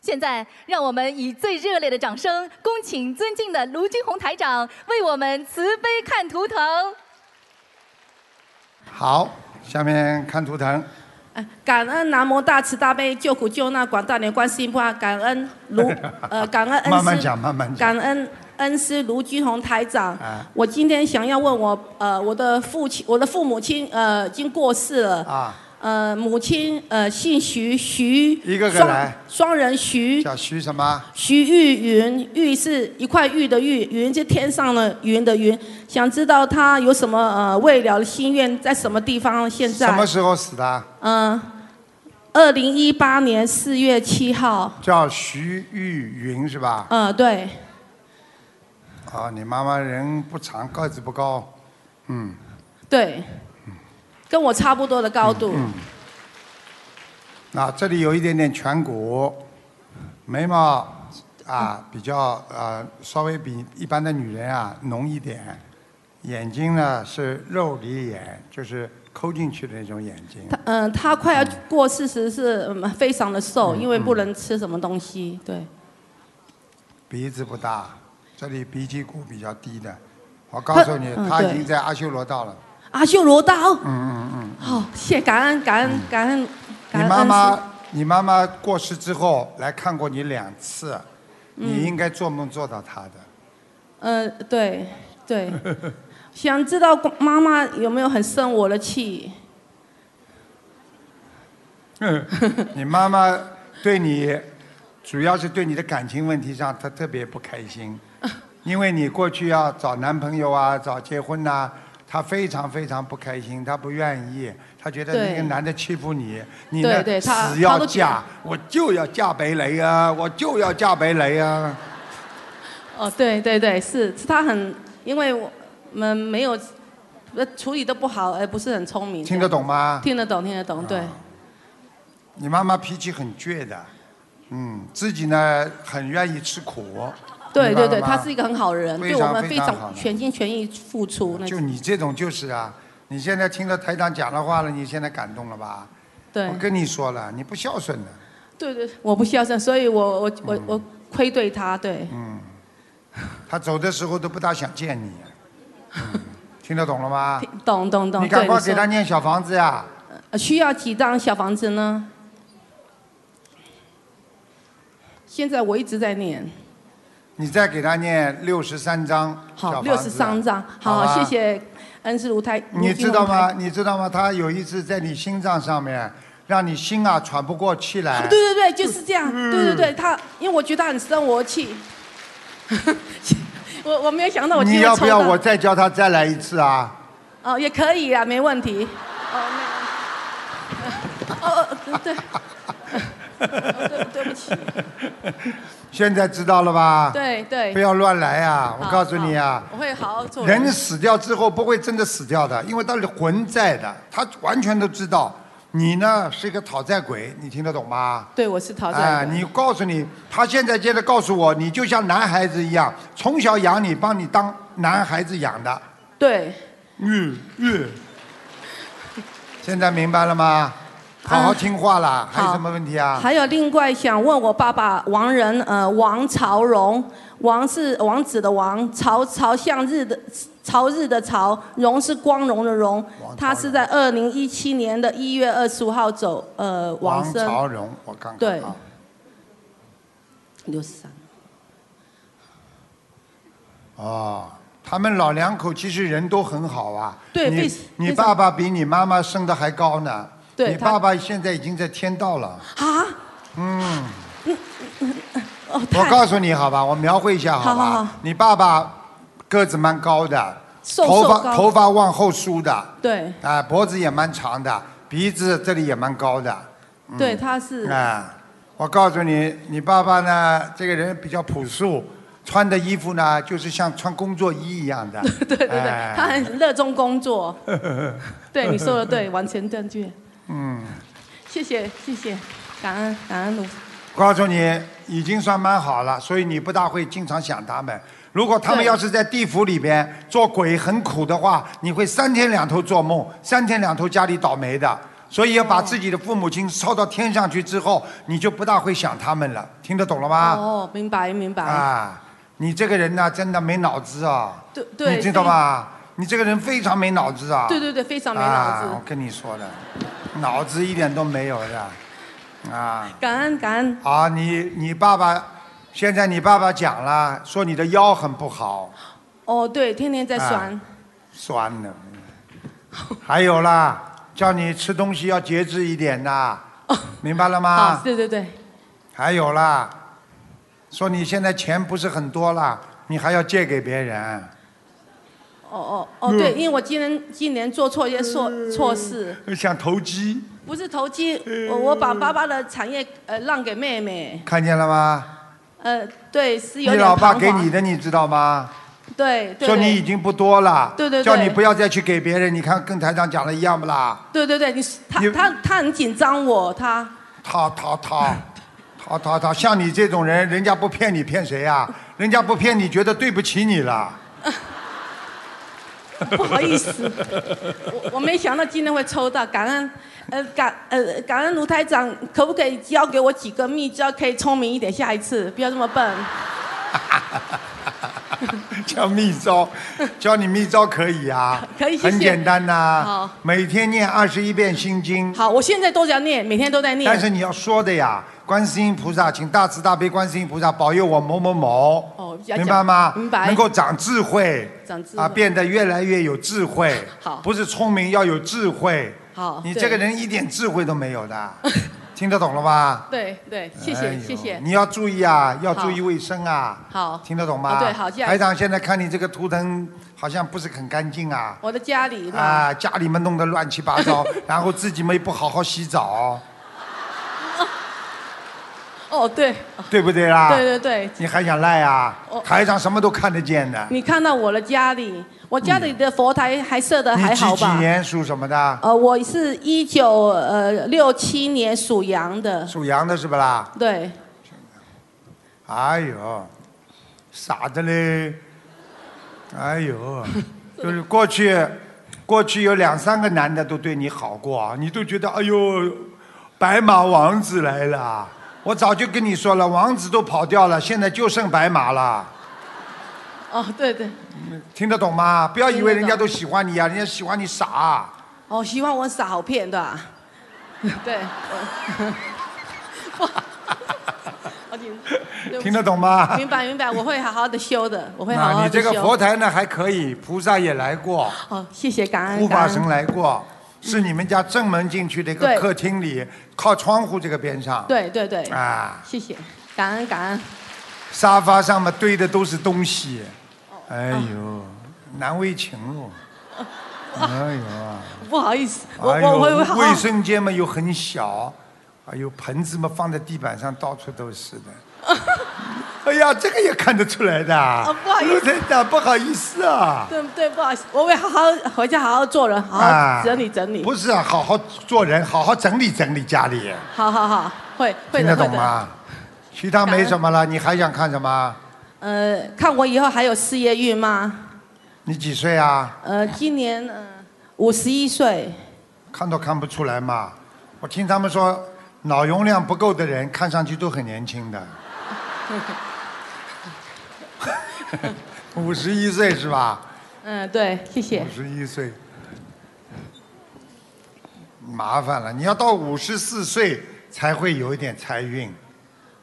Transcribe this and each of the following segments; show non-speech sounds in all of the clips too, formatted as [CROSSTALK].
现在，让我们以最热烈的掌声，恭请尊敬的卢军红台长为我们慈悲看图腾。好，下面看图腾。感恩南无大慈大悲救苦救难广大灵观世音菩萨，感恩 [LAUGHS] 卢呃感恩恩师慢慢讲慢慢讲啊感恩恩师卢居宏台长。我今天想要问我呃我的父亲我的父母亲呃已经过世了啊呃母亲呃姓徐徐一个个双来双人徐叫徐什么？徐玉云，玉是一块玉的玉，云是天上的云的云。想知道他有什么呃未了的心愿，在什么地方？现在什么时候死的？嗯，二零一八年四月七号。叫徐玉云是吧？嗯，对，啊，你妈妈人不长，个子不高，嗯，对，跟我差不多的高嗯度。啊，这里有一点点颧骨，眉毛啊比较啊稍微比一般的女人啊浓一点，眼睛呢是肉里眼，就是抠进去的那种眼睛。嗯、他快要过四十是、嗯、非常的瘦，因为不能吃什么东嗯西。对，鼻子不大，这里鼻脊骨比较低的。我告诉你，嗯他已对经在阿修罗道了。阿修罗道。嗯嗯嗯。好、谢感恩感恩感恩你感恩。妈妈，你妈妈过世之后来看过你两次，你嗯应该做梦做到她的。呃，对对，想知道公妈妈有没有很生我的气？ [LAUGHS] 你妈妈对你，主要是对你的感情问题上，她特别不开 [LAUGHS] 心，因为你过去要找男朋友啊，找结婚呐、她非常非常不开心，她不愿意，她觉得对那个男的欺负你，你对呢对她死她要都觉得嫁，我就要嫁贝雷啊，我就要嫁贝雷啊。哦，对对对，是是她很，因为我们没有，呃，处理的不好，而不是很聪明。听得懂啊吗听得懂，听得懂，对。你妈妈脾气很倔的，嗯，自己呢很愿意吃苦。对明白对了对，吗她是一个很好的人，非对我常们非非常好常的嗯全心全意付出。那就种你这种就是啊，你现在听到台长讲的话了，你现在感动了吧？对我跟你说了，你不孝顺的，对对，我不孝顺，所以我我我我愧对她，对。嗯，他走的时候都不大想见你，啊嗯听得懂了 [LAUGHS] 吗？懂懂懂，你赶对快给他说念小房子呀！呃需要几张小房子呢？现在我一直在念，你再给他念六十三章小好，房子啊六十三张，好，吧谢谢恩师卢台。你卢金知道红台吗？？你知道吗？他有一次在你心脏上面，让你心啊喘不过气来。嗯对对对，就是这样，对对对，他因为我觉得他很生我气， [LAUGHS] 我我没有想到我今你天要抽不要到我再教他再来一次啊？哦，也可以啊，没问题。哦，没有。 [LAUGHS] 哦，对，哦对对不起，现在知道了吧？对对不要乱来啊！我好告诉你啊，我会好好做人死掉之后不会真的死掉的，因为他的魂在的，他完全都知道。你呢是一个讨债鬼，你听得懂吗？对，我是讨债哎的你告诉你，他现在接着告诉我，你就像男孩子一样，从小养你，帮你当男孩子养的。对。嗯嗯。现在明白了吗？好好听话啦，还有什么问题啊？嗯还有另外想问我爸爸王仁，呃，王朝荣，王是王子的王，朝朝向日的朝日的朝，荣是光荣的荣，他是在二零一七年的一月二十五号走，呃，往王生。朝荣，我刚刚对啊，六十三。哦，他们老两口其实人都很好啊。对你非你非常爸爸比你妈妈升的还高呢。对你他爸爸现在已经在天道了。啊？嗯。哦，我太告诉你好吧，我描绘一下好吧。好好好你爸爸个子蛮高的，瘦头瘦高发头发往后梳的，啊、对脖子也蛮长的，鼻子这里也蛮高的。嗯对，他是啊，我告诉你，你爸爸呢，这个人比较朴素，穿的衣服呢，就是像穿工作衣一样的。哎对对 [LAUGHS] 对对，他 [LAUGHS] 很热衷工作。对，你说的对，完全正确。嗯，谢谢谢谢，感恩感恩卢。告诉你，已经算蛮好了，所以你不大会经常想他们。如果他们对要是在地府里边做鬼很苦的话，你会三天两头做梦，三天两头家里倒霉的。所以要把自己的父母亲烧到天上去之后，你就不大会想他们了，听得懂了吗？哦，明白明白。啊，你这个人呢、真的没脑子啊！对对你知道吧？你这个人非常没脑子啊！对对对，非常没脑啊子。。我跟你说的，脑子一点都没有的，啊。感恩感恩。啊，你你爸爸，现在你爸爸讲了，说你的腰很不好，哦，对，天天在啊酸。酸的。还有啦，叫你吃东西要节制一点呐，明白了吗好，？对对对，还有啦，说你现在钱不是很多啦，你还要借给别人。哦哦哦，嗯对，因为我今年今年做错一些错错事，想投机，不是投机，我我把嗯爸爸的产业呃让给妹妹，看见了吗？呃，对，是你有点老爸彷给徨你，的，你知道吗？对对说你已对，经不多了，对对对叫你不要再去给别人。你看跟台长讲的一样不啦？对对对，你他你他他很紧张我，他他他他他他他，像你这种人，人家不骗你骗谁啊？人家不骗你，觉得对不起你了。 [LAUGHS] 不好 [LAUGHS] 意思，我我没想到今天会抽到，感恩，呃感呃感恩卢台长，可不可以教给我几个秘招，可以聪明一点，下一次不要这么笨。啊教密招，教你密招可以啊，可以谢谢很简单呐、好每天念二十一遍心经，好，我现在都在念，每天都在念。但是你要说的呀，观世音菩萨，请大慈大悲观世音菩萨保佑我某某某，哦要讲明白吗？明白能够长智慧，长智慧啊，变得越来越有智慧。好不是聪明，要有智慧。好你对这个人一点智慧都没有的，听得懂了吧？对对，谢哎谢呦谢谢。你要注意啊，要注意好卫生啊。好听得懂吗？哦对好下一台长现在看你这个图腾好像不是很干净啊。我的家里嘛，啊，家里面弄得乱七八 [LAUGHS] 糟，然后自己们也不好好洗澡，哦对，对不对啦？对对对，你还想赖啊我？台上什么都看得见的。你看到我的家里，我家里的佛台还设的还你几好几吧？年属什么的？呃，我是一九呃六七年属羊的，属羊的是不啦？对，哎呦，傻的嘞！哎 [LAUGHS] 呦，就是过去，过去有两三个男的都对你好过，你都觉得哎呦，白马王子来了。我早就跟你说了，王子都跑掉了，现在就剩白马了。哦对对，听得懂吗？不要以为人家都喜欢你啊，人家喜欢你傻。啊哦希望我傻好骗 [LAUGHS] 对吧？对，我我紧对不起听得懂吗？明白明白，我会好好的修的，我会好那好你这的个佛修。台呢还可以，菩萨也来过，哦，谢谢感恩护法感神恩。来过，是你们家正门进去的一个嗯对客厅里，靠窗户这个边上。对对对，啊，谢谢感恩感恩。沙发上面堆的都是东西，哎哦呦，难为情 [LAUGHS] 哦。哎呦，不好意思，我哎呦，我我哦会好卫好。生间嘛又很小，哎呦，盆子嘛放在地板上，到处都是的。 [LAUGHS] 哎呀，这个也看得出来的。啊不好意思真的不好意思啊。对对，不好意思，我会好好回家好好做人，好啊好整理整理。不是啊，好好做人，好好整理整理家里，好好好，会会听的得会懂的。吗？其他没什么了，你还想看什么？呃，看我以后还有事业运吗？你几岁啊？呃，今年呃五十一岁，看都看不出来嘛。我听他们说，脑容量不够的人看上去都很年轻的。呃五十一岁是吧？ [LAUGHS] 嗯、对，谢谢五。十一岁，麻烦了。你要到五十四岁才会有一点财运。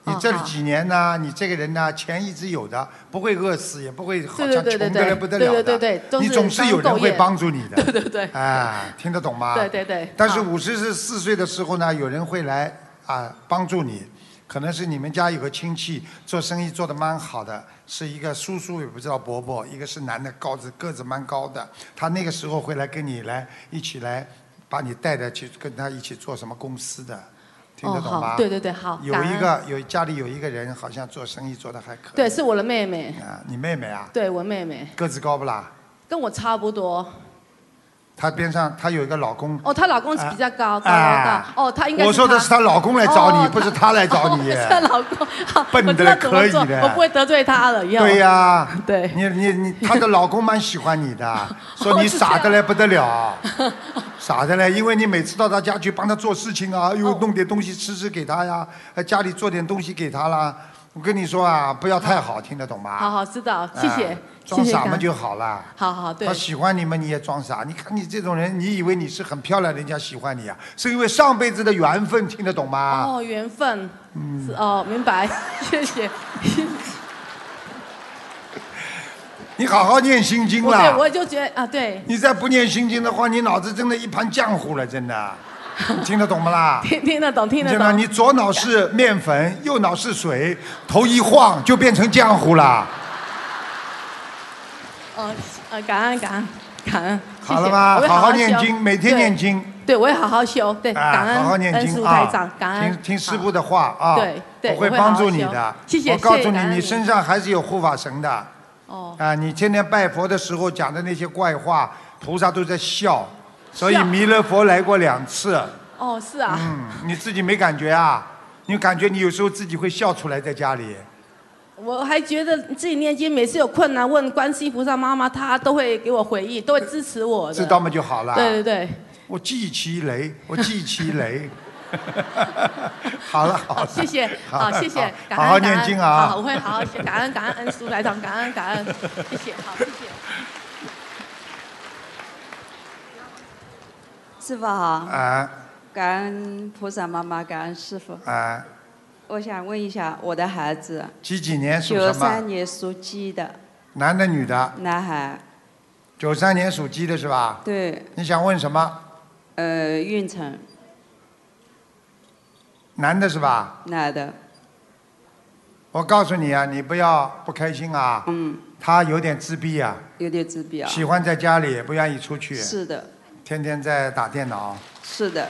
你哦这好几年呢，你这个人呢，钱一直有的，不会饿死，也不会好像对对对穷得对对来不得了的。对对对对都你是总是有人当够会业帮助你的。 [LAUGHS] 对对对，哎，听得懂吗？对对对但是好五十四岁的时候呢，有人会来啊帮助你，可能是你们家有个亲戚做生意做得蛮好的，是一个叔叔也不知道伯伯，一个是男的高子个子蛮高的，他那个时候会来跟你来一起来把你带着去跟他一起做什么公司的，听得哦懂好吗？对对对好有感一恩个有家里有一个人好像做生意做得还可以。对，是我的妹妹，啊，你妹妹啊，对我妹妹个子高不啦？跟我差不多，她边上她有一个老公。哦，她老公是比较高，高啊高高。哦，她应该是我说的是她老公来找你，哦不是她来找你。她老公， [LAUGHS] 好笨我的知道怎么可以做的我不会得罪她了。以后对呀、 [LAUGHS] 对哦你你你，她的老公蛮喜欢你的， [LAUGHS] 说你傻的嘞不得了，傻的嘞，因为你每次到她家去帮她做事情啊，又哦弄点东西吃吃给她呀，呃家里做点东西给她啦。我跟你说啊，不要太好，听得懂吗？好好知道，谢谢啊，谢装谢傻感嘛恩就好了。好好对他，喜欢你嘛，你也装傻。你看你这种人，你以为你是很漂亮，人家喜欢你啊，是因为上辈子的缘分，听得懂吗？嗯哦，缘分，是哦，明白， [LAUGHS] 谢谢。你好好念心经我对，啦。我就觉得啊，对，你再不念心经的话，你脑子真的一盘浆糊了，真 [LAUGHS] 的。你听得懂不啦？听听得懂，听得真的，懂。你左脑是面粉，右脑是水，头一晃就变成浆糊了，哦，呃，感恩感恩感恩，谢谢好了吗我？会好好好念修经，每天对念经对，我会好好修，对，啊感，恩，好好念恩师经傅啊台长，感，听恩，听师好傅的话啊，对对我会我会好好帮助你修的。谢谢我告诉谢谢你感，恩你你身上还是有护法神的。哦，啊，你天天拜佛的时候讲的那些怪话，菩萨都在笑，所以笑弥勒佛来过两次，哦，是啊，嗯，你自己没感觉啊？你感觉你有时候自己会笑出来，在家里，我还觉得自己念经每次有困难问观世音菩萨妈妈，她都会给我回应，都会支持我的，知道吗？就好了。对对对，我记其雷，我记其雷。 [LAUGHS] 好 [LAUGHS] 了 [LAUGHS] 好了，谢谢，好好，谢谢，感恩，好好感念恩经啊好，我会好好学，感恩感恩恩师傅台长，感恩感恩，谢谢，好，谢谢。 [LAUGHS] 师傅好，啊感恩菩萨妈妈，感恩师傅。啊，我想问一下，我的孩子几几年属九什么三？年属鸡的男的女的？男孩，九三年属鸡的是吧？对，你想问什么？呃，运城男的是吧？男的，我告诉你啊，你不要不开心啊。嗯，他有点自闭啊，有点自闭啊。喜欢在家里，不愿意出去，是的，天天在打电脑。是的，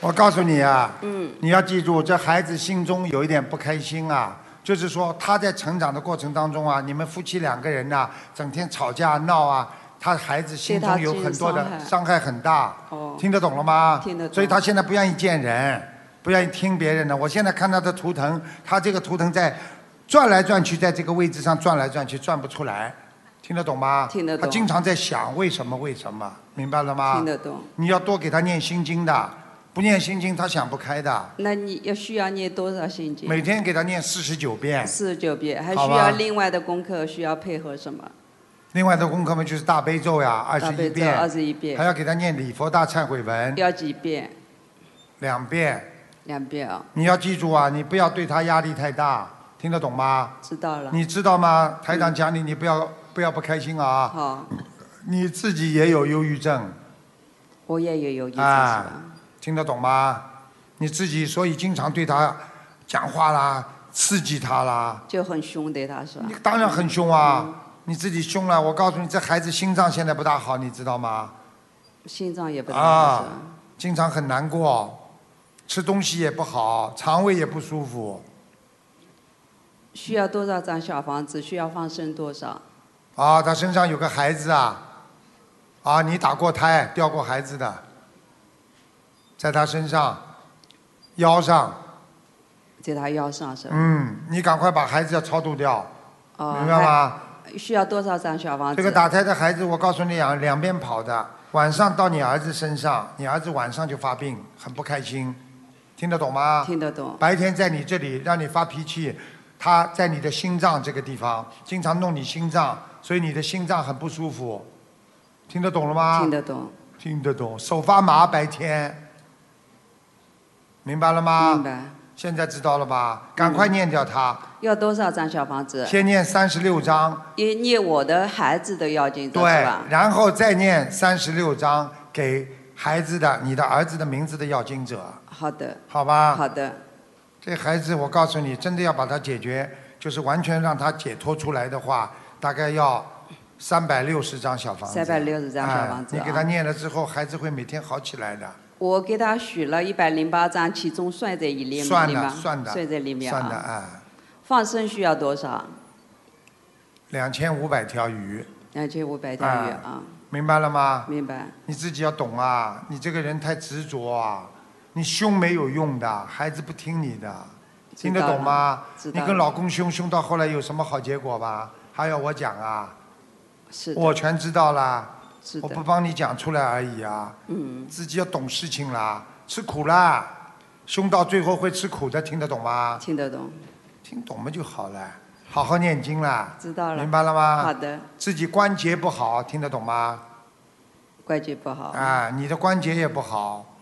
我告诉你啊，嗯，你要记住，这孩子心中有一点不开心啊，就是说他在成长的过程当中啊，你们夫妻两个人呐、啊整天吵架闹啊，他孩子心中有很多对的他精神伤害很大。哦，听得懂了吗？听得懂所以他现在不愿意见人，不愿意听别人的。我现在看他的图腾，他这个图腾在转来转去，在这个位置上转来转去，转不出来。听得懂吗？听得懂他经常在想为什么为什么，明白了吗听？得懂。你要多给他念心经的，不念心经他想不开的。那你要需要念多少心经？每天给他念四十九遍，四十九遍，还需好吧要另外的功课需要配合什么？另外的功课嘛就是大悲咒呀，二十大一悲咒遍二，十一还遍，要给他念礼佛大忏悔文要几遍？两遍。两遍啊，你要记住啊，你不要对他压力太大，听得懂吗？知道了。你知道吗？台长讲你，你不要不要不开心啊！好，你自己也有忧郁症，我也有有意思是啊吧？听得懂吗？你自己所以经常对他讲话啦，刺激他啦，就很凶对他是吧你？当然很凶啊！你自己凶了，我告诉你，这孩子心脏现在不大好，你知道吗？心脏也不太好啊是吧？经常很难过，吃东西也不好，肠胃也不舒服需要多少张小房子？需要放生多少？啊！他身上有个孩子啊，啊，你打过胎，掉过孩子的，在他身上，腰上。在他腰上是吧？嗯，你赶快把孩子要超度掉，哦，明白吗？还？需要多少张小房子？这个打胎的孩子，我告诉你啊，两边跑的，晚上到你儿子身上，你儿子晚上就发病，很不开心，听得懂吗？听得懂？白天在你这里让你发脾气，他在你的心脏这个地方经常弄你心脏，所以你的心脏很不舒服，听得懂了吗？听得懂？听得懂，手发麻白天，明白了吗？明白？嗯现在知道了吧？赶快念掉它，要多少张小房子？先念三十六章。也念我的孩子的要经者对是吧，？然后再念三十六章给孩子的，你的儿子的名字的要经者，好的，好吧？好的，这孩子，我告诉你，真的要把他解决，就是完全让他解脱出来的话，大概要三百六十张小房子。 360张小房子哎啊你给他念了之后，孩子会每天好起来的。我给他许了一百零八张，其中算在一里面算里的，吗算的，算在里面算的啊。啊，放生需要多少？两千五百条鱼，哎两千五百条鱼啊，明白了吗？明白。你自己要懂啊，你这个人太执着啊，你凶没有用的，孩子不听你的，听得懂吗？知道你了跟老公凶凶到后来有什么好结果吧？还要我讲啊？是的我全知道啦，是我不的，帮你讲出来而已啊。嗯，自己要懂事情啦，吃苦啦，凶到最后会吃苦的，听得懂吗？听得懂，听懂了就好了，好好念经啦，知道了。明白了吗？好的，自己关节不好，听得懂吗？关节不好。啊，你的关节也不好，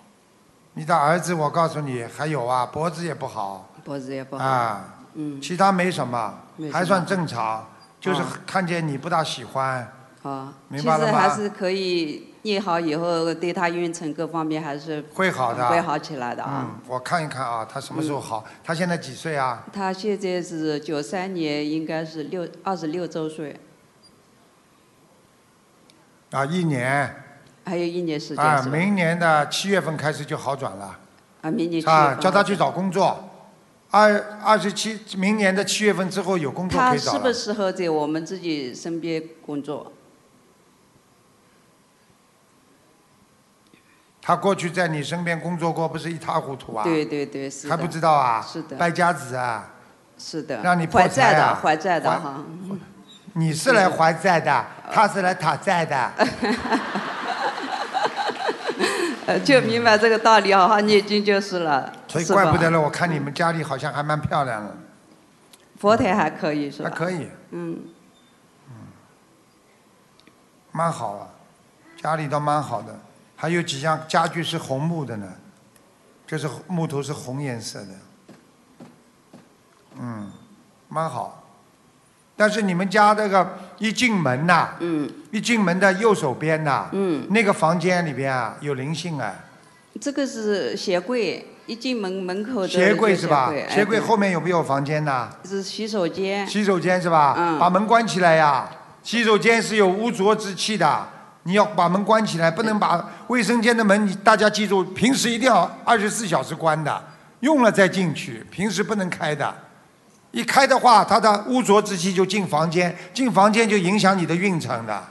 你的儿子我告诉你，还有啊，脖子也不好脖子也不好。啊，嗯，其他没什么没，什么还算正常，就是啊看见你不大喜欢，好，明白了其实吗嗯还是可以念好以后，对他运程各方面还是会好的。会好起来的啊。嗯嗯，我看一看啊，他什么时候好？他现在几岁啊？他现在是九三年，应该是六二十六周岁，啊，一年还有一年时间啊，是吧？明年的七月份开始就好转了啊，明年七月份啊，叫他去找工作。二二十七，明年的七月份之后有工作他可以找适了。不适合在我们自己身边工作？他过去在你身边工作过，不是一塌糊涂啊？对对对，是还的，不知道啊？是的败家子啊！是的，让你破还债财啊的，还债的还哈，你是来还债的，他是来讨债的。 [LAUGHS] 呃，就明白这个道理，好好念经就是了， [LAUGHS] 所以是怪不吧得了，我看你们家里好像还蛮漂亮的，佛台还可以是还吧？可以，嗯，蛮好啊，家里倒蛮好的。还有几样家具是红木的呢，就是木头是红颜色的，嗯，蛮好。但是你们家这个一进门呐、嗯，一进门的右手边呐、嗯，那个房间里边啊有灵性啊，这个是鞋柜，一进门门口的鞋柜就是吧？哎鞋柜对后面有没有房间呐、是洗手间，洗手间是吧？嗯把门关起来呀。洗手间是有污浊之气的，你要把门关起来，不能把卫生间的门，你大家记住，平时一定要二十四小时关的，用了再进去，平时不能开的。一开的话，它的污浊之气就进房间，进房间就影响你的运程的，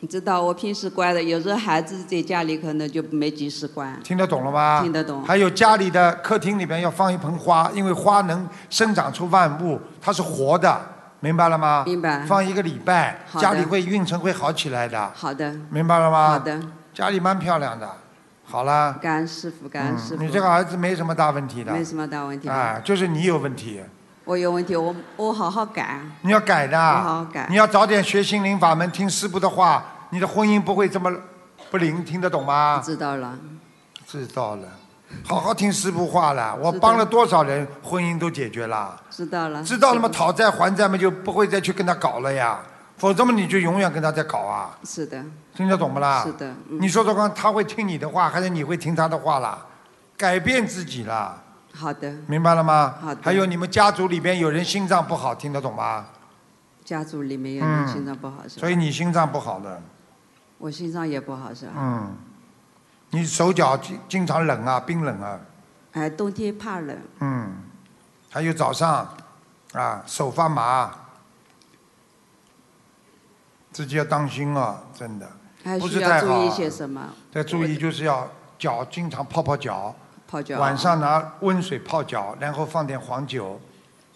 你知道我平时关的，有时候孩子在家里可能就没及时关。听得懂了吗？听得懂还有家里的客厅里边要放一盆花，因为花能生长出万物，它是活的，明白了吗？明白放一个礼拜，好的家里会运程会好起来的。好的，明白了吗？好的，家里蛮漂亮的。好啦，嗯感恩师傅，感恩师傅。你这个儿子没什么大问题的，没什么大问题。啊，就是你有问题，我有问题，我我好好改。你要改的，好好改啊你要早点学心灵法门，听师傅的话，你的婚姻不会这么不灵，听得懂吗？知道了，知道了，好好听师傅话了。我知道帮了多少人，婚姻都解决了，知道了。知道了师吗？傅？讨债还债嘛，就不会再去跟他搞了呀，否则嘛你就永远跟他在搞啊，是的，听得懂不啦？是的，嗯，你说说看，他会听你的话，还是你会听他的话啦？改变自己啦，好的，明白了吗？嗯好的还有你们家族里边有人心脏不好，听得懂吗？家族里面有嗯人心脏不好是吧？所以你心脏不好的，我心脏也不好是吧？嗯，你手脚经经常冷啊，冰冷啊，哎，冬天怕冷，嗯，还有早上啊手发麻，自己要当心啊，真的。还不需是要太好注啊意一些什么？再注意就是要脚经常泡泡脚，泡脚啊。晚上拿温水泡脚，然后放点黄酒。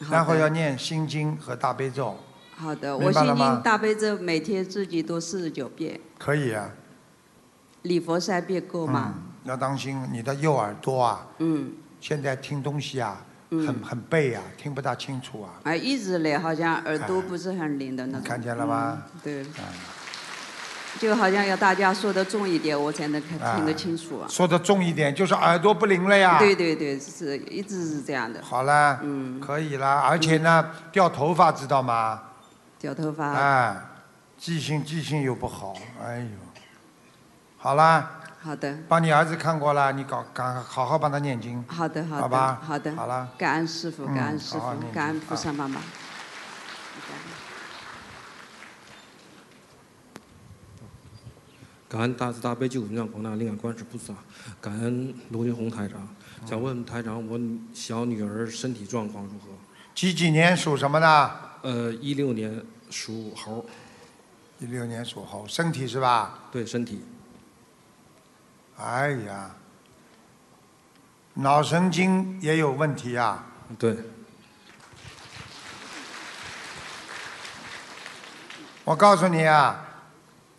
好的然后要念心经和大悲咒，好的，明我白心了吗经大悲咒每天自己读四十九遍，可以啊。礼佛三遍够吗？嗯，要当心你的右耳朵啊，嗯，现在听东西啊，嗯很很背啊，听不大清楚啊。哎，一直嘞，好像耳朵哎不是很灵的那种。看见了吗嗯？对。就好像要大家说的重一点，我才能看哎听得清楚啊。说的重一点，就是耳朵不灵了呀。对对对，是一直是这样的。好啦，嗯，可以啦。而且呢，掉头发知道吗？掉头发，哎，记性记性又不好，哎呦。好啦，好的，帮你儿子看过了，你搞赶好好帮他念经。好的，好好的，吧好的，好了感恩师傅，嗯感恩师好好念傅，感恩经菩萨妈妈。感恩大慈大悲救苦救难广大灵感观世菩萨，感恩卢云红台长。哦想问台长，我女小女儿身体状况如何？几几年属什么的？呃，一六年属猴，一六年属猴，身体是吧？对身体。哎呀，脑神经也有问题呀、啊。对。我告诉你啊，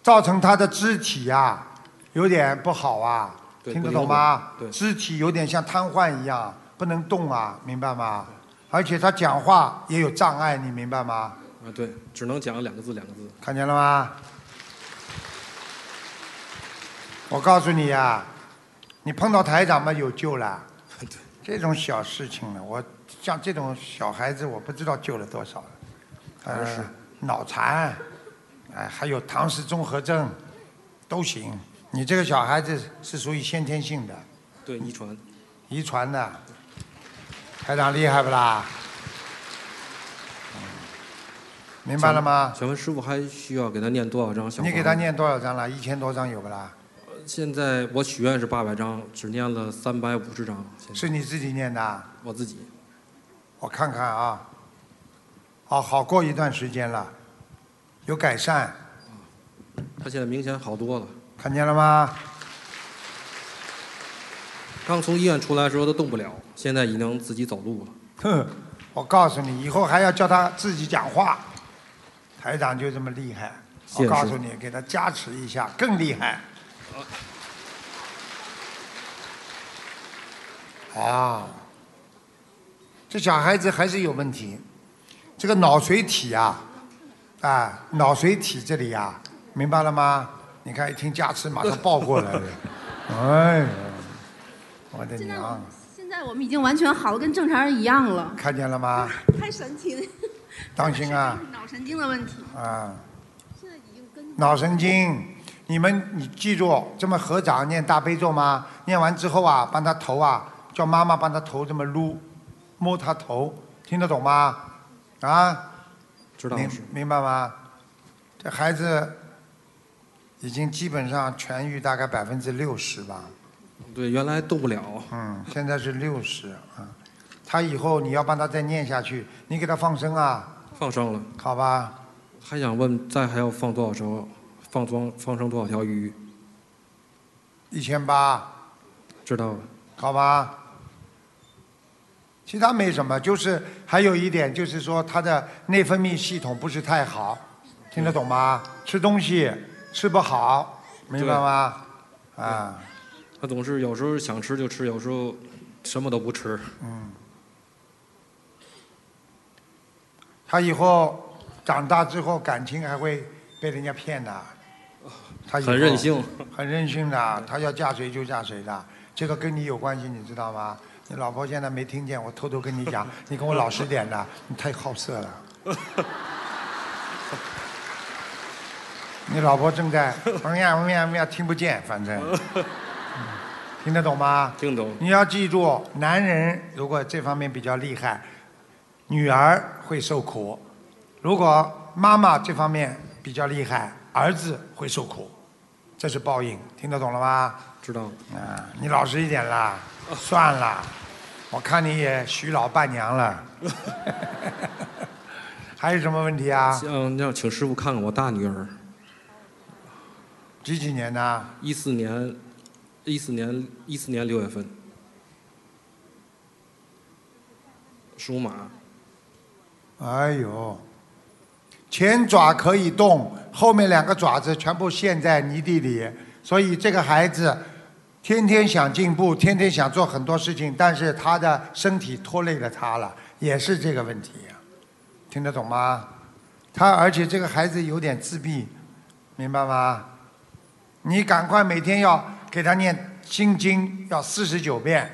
造成他的肢体啊有点不好啊，对听得懂吗不灵活对？肢体有点像瘫痪一样，不能动啊，明白吗？而且他讲话也有障碍，你明白吗？啊，对，只能讲两个字，两个字。看见了吗？我告诉你呀、你碰到台长嘛有救了。这种小事情呢，我像这种小孩子，我不知道救了多少了。还呃是，脑残，哎，还有唐氏综合症，都行。你这个小孩子是属于先天性的，对，遗传。遗传的。台长厉害不啦？嗯明白了吗？请问师傅还需要给他念多少张小？你给他。念多少章了？一千多章有不啦？现在我许愿是八百张，只念了三百五十张。现在是你自己念的啊？我自己。我看看啊，哦，好过一段时间了，有改善，他现在明显好多了。看见了吗？刚从医院出来的时候，他动不了，现在已经自己走路了。哼， [LAUGHS] 我告诉你，以后还要叫他自己讲话。台长就这么厉害，我谢谢告诉你，给他加持一下，更厉害。啊，这小孩子还是有问题，这个脑髓体啊，啊，脑髓体这里啊，明白了吗？你看一听加持，马上抱过来 [LAUGHS] 了。哎呀，我的娘啊！现在我们已经完全好了，跟正常人一样了，看见了吗？太神奇了。当心啊！ [LAUGHS] 脑神经的问题，啊，现在已经跟脑神经，你们你记住，这么合掌念大悲咒吗？念完之后啊，帮他头啊，叫妈妈帮他头这么撸，摸他头，听得懂吗？啊，知道明了师傅。明白吗？这孩子已经基本上痊愈大概百分之六十吧，对，原来动不了，嗯，现在是六十啊。他以后你要帮他再念下去，你给他放生啊，放生了。好吧？还想问，再还要放多少条？放装放生多少条鱼？一千八。知道了。好吧？其他没什么，就是还有一点，就是说他的内分泌系统不是太好，听得懂吗？吃东西吃不好，明白吗？啊，他总是有时候想吃就吃，有时候什么都不吃。嗯他以后长大之后感情还会被人家骗的，他以后很任，性， [LAUGHS] 很任性的，他要嫁谁就嫁谁的，这个跟你有关系，你知道吗？你老婆现在没听见，我偷偷跟你 [LAUGHS] 讲，你跟我老实点的，你太好色了。你老婆正在嗯呀嗯呀嗯呀，听不见，反正、嗯听得懂吗？听懂你要记住，男人如果这方面比较厉害，女儿会受苦；如果妈妈这方面比较厉害，儿子会受苦，这是报应，听得懂了吗？知道了。啊，你老实一点 [LAUGHS] 啦，算了，我看你也许老伴娘 [LAUGHS] 了。 [LAUGHS] 还有什么问题啊？像让请师傅看看我大女儿，几几年的？一四年，一四年一四年六月份，属马，哎呦，前爪可以动，后面两个爪子全部陷在泥地里，所以这个孩子天天想进步，天天想做很多事情，但是他的身体拖累了他了，也是这个问题呀、听得懂吗？他而且这个孩子有点自闭，明白吗？你赶快每天要给他念心经，要四十九遍，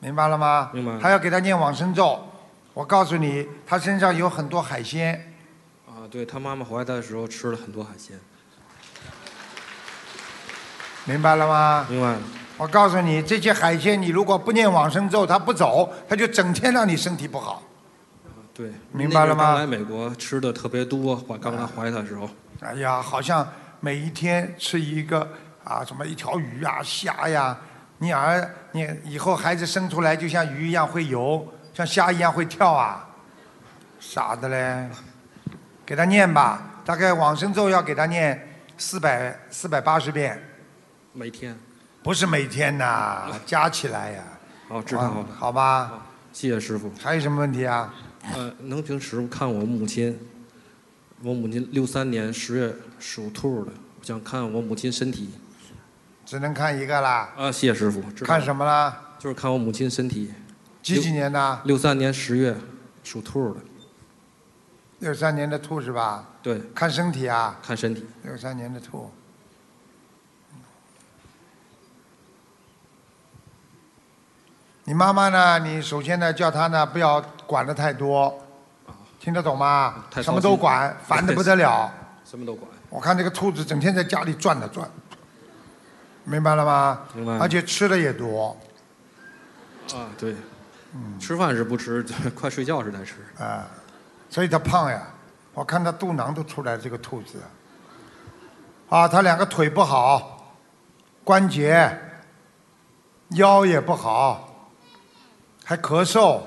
明白了吗？明白了还要给他念往生咒。我告诉你，他身上有很多海鲜，啊，对她妈妈怀她的时候吃了很多海鲜，明白了吗？明白了，我告诉你，这些海鲜你如果不念往生咒，它不走，它就整天让你身体不好。啊对，明白了吗那阵儿刚来美国吃的特别多，怀刚来怀她的时候，哎呀，好像每一天吃一个啊，什么一条鱼啊、虾呀、你儿你以后孩子生出来就像鱼一样会游，像虾一样会跳啊，傻的嘞，给他念吧，大概往生咒要给他念四百四百八十遍，每天。不是每天呐、 [LAUGHS] 加起来呀、好，哦知道了啊好吧，谢谢师傅。还有什么问题啊？呃，能请师傅看我母亲，我母亲六三年十月属兔的，我想看我母亲身体。只能看一个啦。啊，谢谢师傅。知道看什么啦？就是看我母亲身体。几几年的？六三年十月，属兔的。六三年的兔是吧？对，看身体啊，看身体。六三年的兔。你妈妈呢？你首先呢，叫她呢不要管的太多，听得懂吗？啊太操心什么都管， [LAUGHS] 烦的不得了。什么都管。我看这个兔子整天在家里转了转，明白了吗？明白了而且吃的也多，啊，对。吃饭是不吃， [LAUGHS] 快睡觉时才吃。啊，所以它胖呀。我看它肚囊都出来了，这个兔子。啊，它两个腿不好，关节、腰也不好，还咳嗽。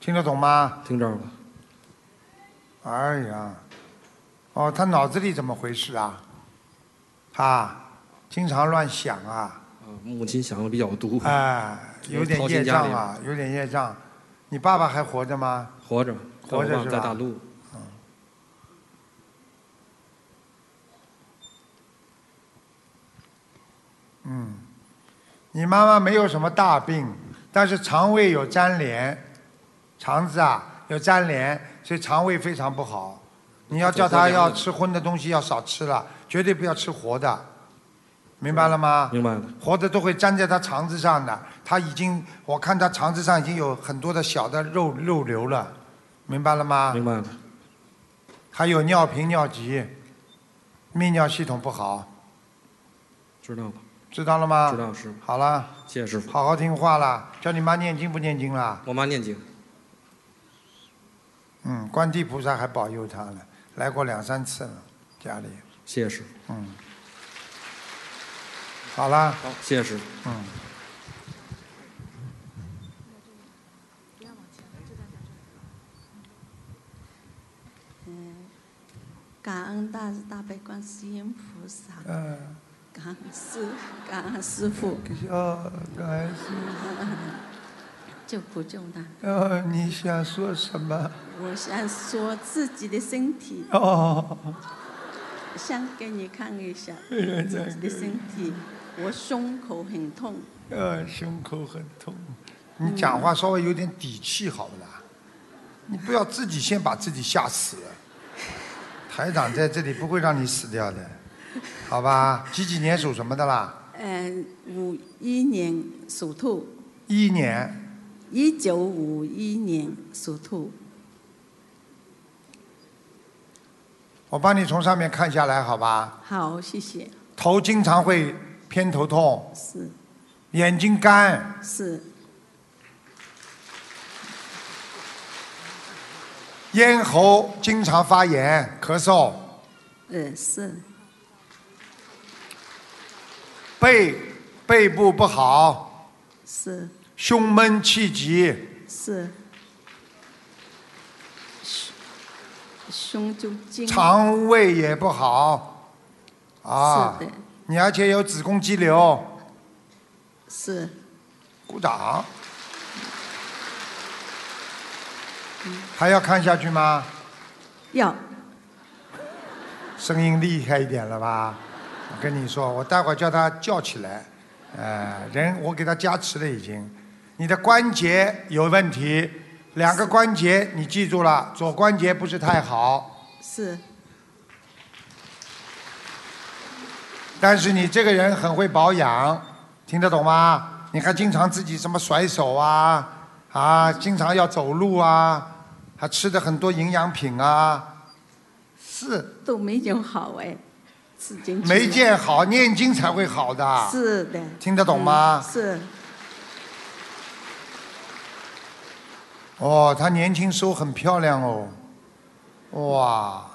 听得懂吗？听着了。哎呀，哦，他脑子里怎么回事啊？他经常乱想啊，啊，母亲想的比较多。哎，有点掏心业家障里啊，有点业障。你爸爸还活着吗？活着，活着在我爸是吧在大陆。嗯，你妈妈没有什么大病，但是肠胃有粘连，肠子啊有粘连，所以肠胃非常不好。你要叫她要吃荤的东西要少吃了，绝对不要吃活的，明白了吗？明白了。活的都会粘在她肠子上的，她已经，我看她肠子上已经有很多的小的肉肉瘤了，明白了吗？明白了。还有尿频尿急，泌尿系统不好，知道了，知道了吗？知道师傅。好了。谢谢师傅。好好听话啦，叫你妈念经不念经啦？我妈念经。嗯，观地菩萨还保佑她呢，来过两三次了，家里。谢谢师傅。嗯，好啦，好，谢谢师傅。嗯。感恩大慈大悲观世音菩萨，嗯、感恩师，感恩师傅，哦，感谢。救苦救难。哦，你想说什么？我想说自己的身体，哦，想给你看一下哎呀自己的身体。我胸口很痛，呃，胸口很痛。你讲话稍微有点底气好不啦？你不要自己先把自己吓死了。台长在这里不会让你死掉的，好吧？几几年属什么的啦？嗯、五一年属兔，一年。一九五一年属兔，我帮你从上面看下来，好吧？好，谢谢，头经常会偏头痛，是眼睛干，是咽喉经常发炎、咳嗽，呃是背背部不好，是胸闷气急，是，胸胸就经肠胃也不好，啊是，的，你而且有子宫肌瘤，是鼓掌。还要看下去吗？要声音厉害一点了吧？我跟你说，我待会儿叫他叫起来，呃，人我给他加持了已经。你的关节有问题，两个关节你记住了，左关节不是太好，是但是你这个人很会保养，听得懂吗？你还经常自己什么甩手啊，啊，经常要走路啊，还吃的很多营养品啊，是都没有好哎，是进去没了见好，念经才会好的，是的，啊嗯听得懂吗？是哦，她年轻时候很漂亮哦，哇，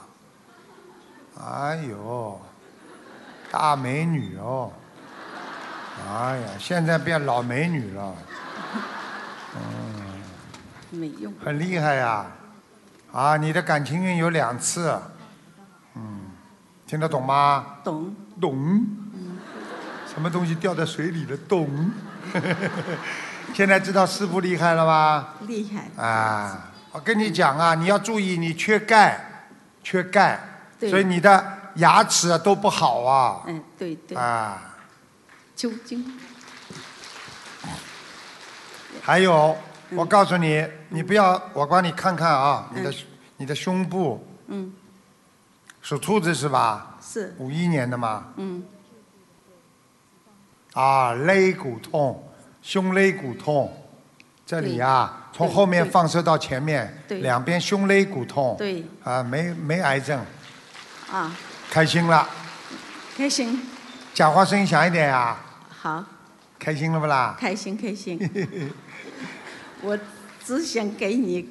哎呦，大美女哦，哎呀，现在变老美女了，嗯没用，很厉害呀、啊，你的感情运有两次，嗯，听得懂吗？懂。懂。什么东西掉在水里了？懂。 [LAUGHS] 现在知道师傅厉害了吧？厉害。啊，我跟你讲啊，你要注意，你缺钙，缺钙，对所以你的牙齿啊都不好啊。嗯，对对。啊，酒精。还有，我告诉你，你不要，我帮你看看啊，你的、嗯嗯你的胸部嗯，属兔子是吧？是。五一年的嘛。嗯，啊，肋骨痛，胸肋骨痛，这里啊，从后面放射到前面，对两边胸肋骨痛，对啊，没没癌症，啊，开心了，开心，讲话声音响一点呀、好，开心了不啦？ [LAUGHS] 开心开心。我只想给你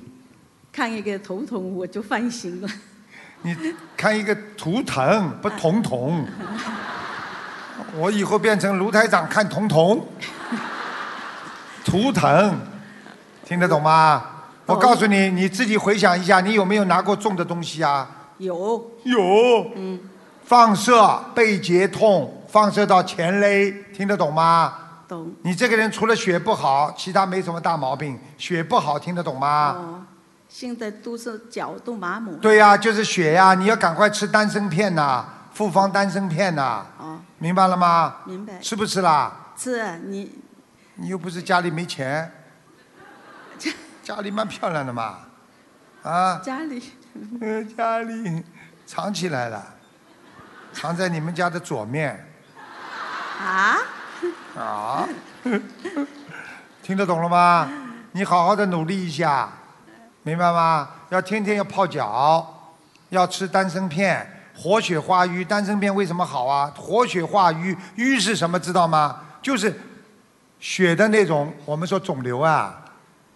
看一个头疼，我就放心了。你看一个图腾不彤彤，我以后变成卢台长看彤 [LAUGHS] 彤，图腾，听得懂吗？我哦告诉你，你自己回想一下，你有没有拿过重的东西啊？ [LAUGHS] 有，有，嗯，放射背节痛，放射到前肋，听得懂吗？懂。你这个人除了血不好，其他没什么大毛病。血不好，听得懂吗？哦，现在都是脚都麻木。对呀、就是血呀、你要赶快吃丹参片呐、复方丹参片呐、哦，明白了吗？明白。吃不吃啦？是啊你你又不是家里没钱，家里蛮漂亮的嘛，啊，家里呃家里藏起来了，藏在你们家的左面。啊？啊， [LAUGHS] 听得懂了吗？你好好的努力一下，明白吗？要天天要泡脚，要吃丹参片、活血化瘀。丹参片为什么好啊？活血化瘀，瘀是什么知道吗？就是血的那种，我们说肿瘤啊，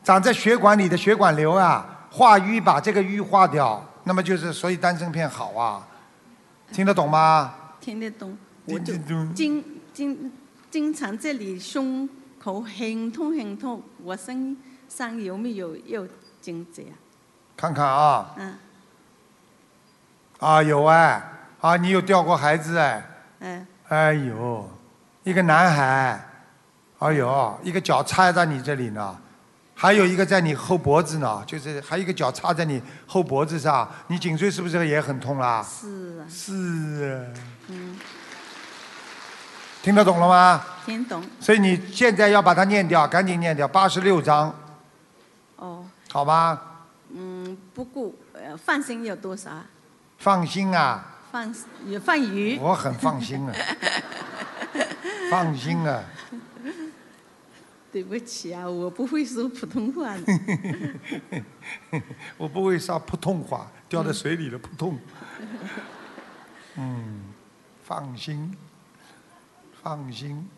长在血管里的血管瘤啊，化瘀把这个瘀化掉，那么就是所以丹参片好啊，听得懂吗？听得懂，我就听得懂经经经常这里胸口很痛很痛，我身上有没有有颈椎啊？看看啊。嗯啊，有哎，啊，你有掉过孩子哎，嗯，哎呦，一个男孩，哎呦，一个脚插在你这里呢，还有一个在你后脖子呢，就是还有一个脚插在你后脖子上，你颈椎是不是也很痛啦？是啊，是，嗯，听得懂了吗？听懂所以你现在要把它念掉，赶紧念掉，八十六章，哦，好吗？嗯，不过呃，放心有多少啊？放心啊，放也放鱼，我很放心啊，放心啊。 [LAUGHS] 对不起啊，我不会说普通话的，我不会说普通话，掉在水里了，扑通。嗯，放心，放心。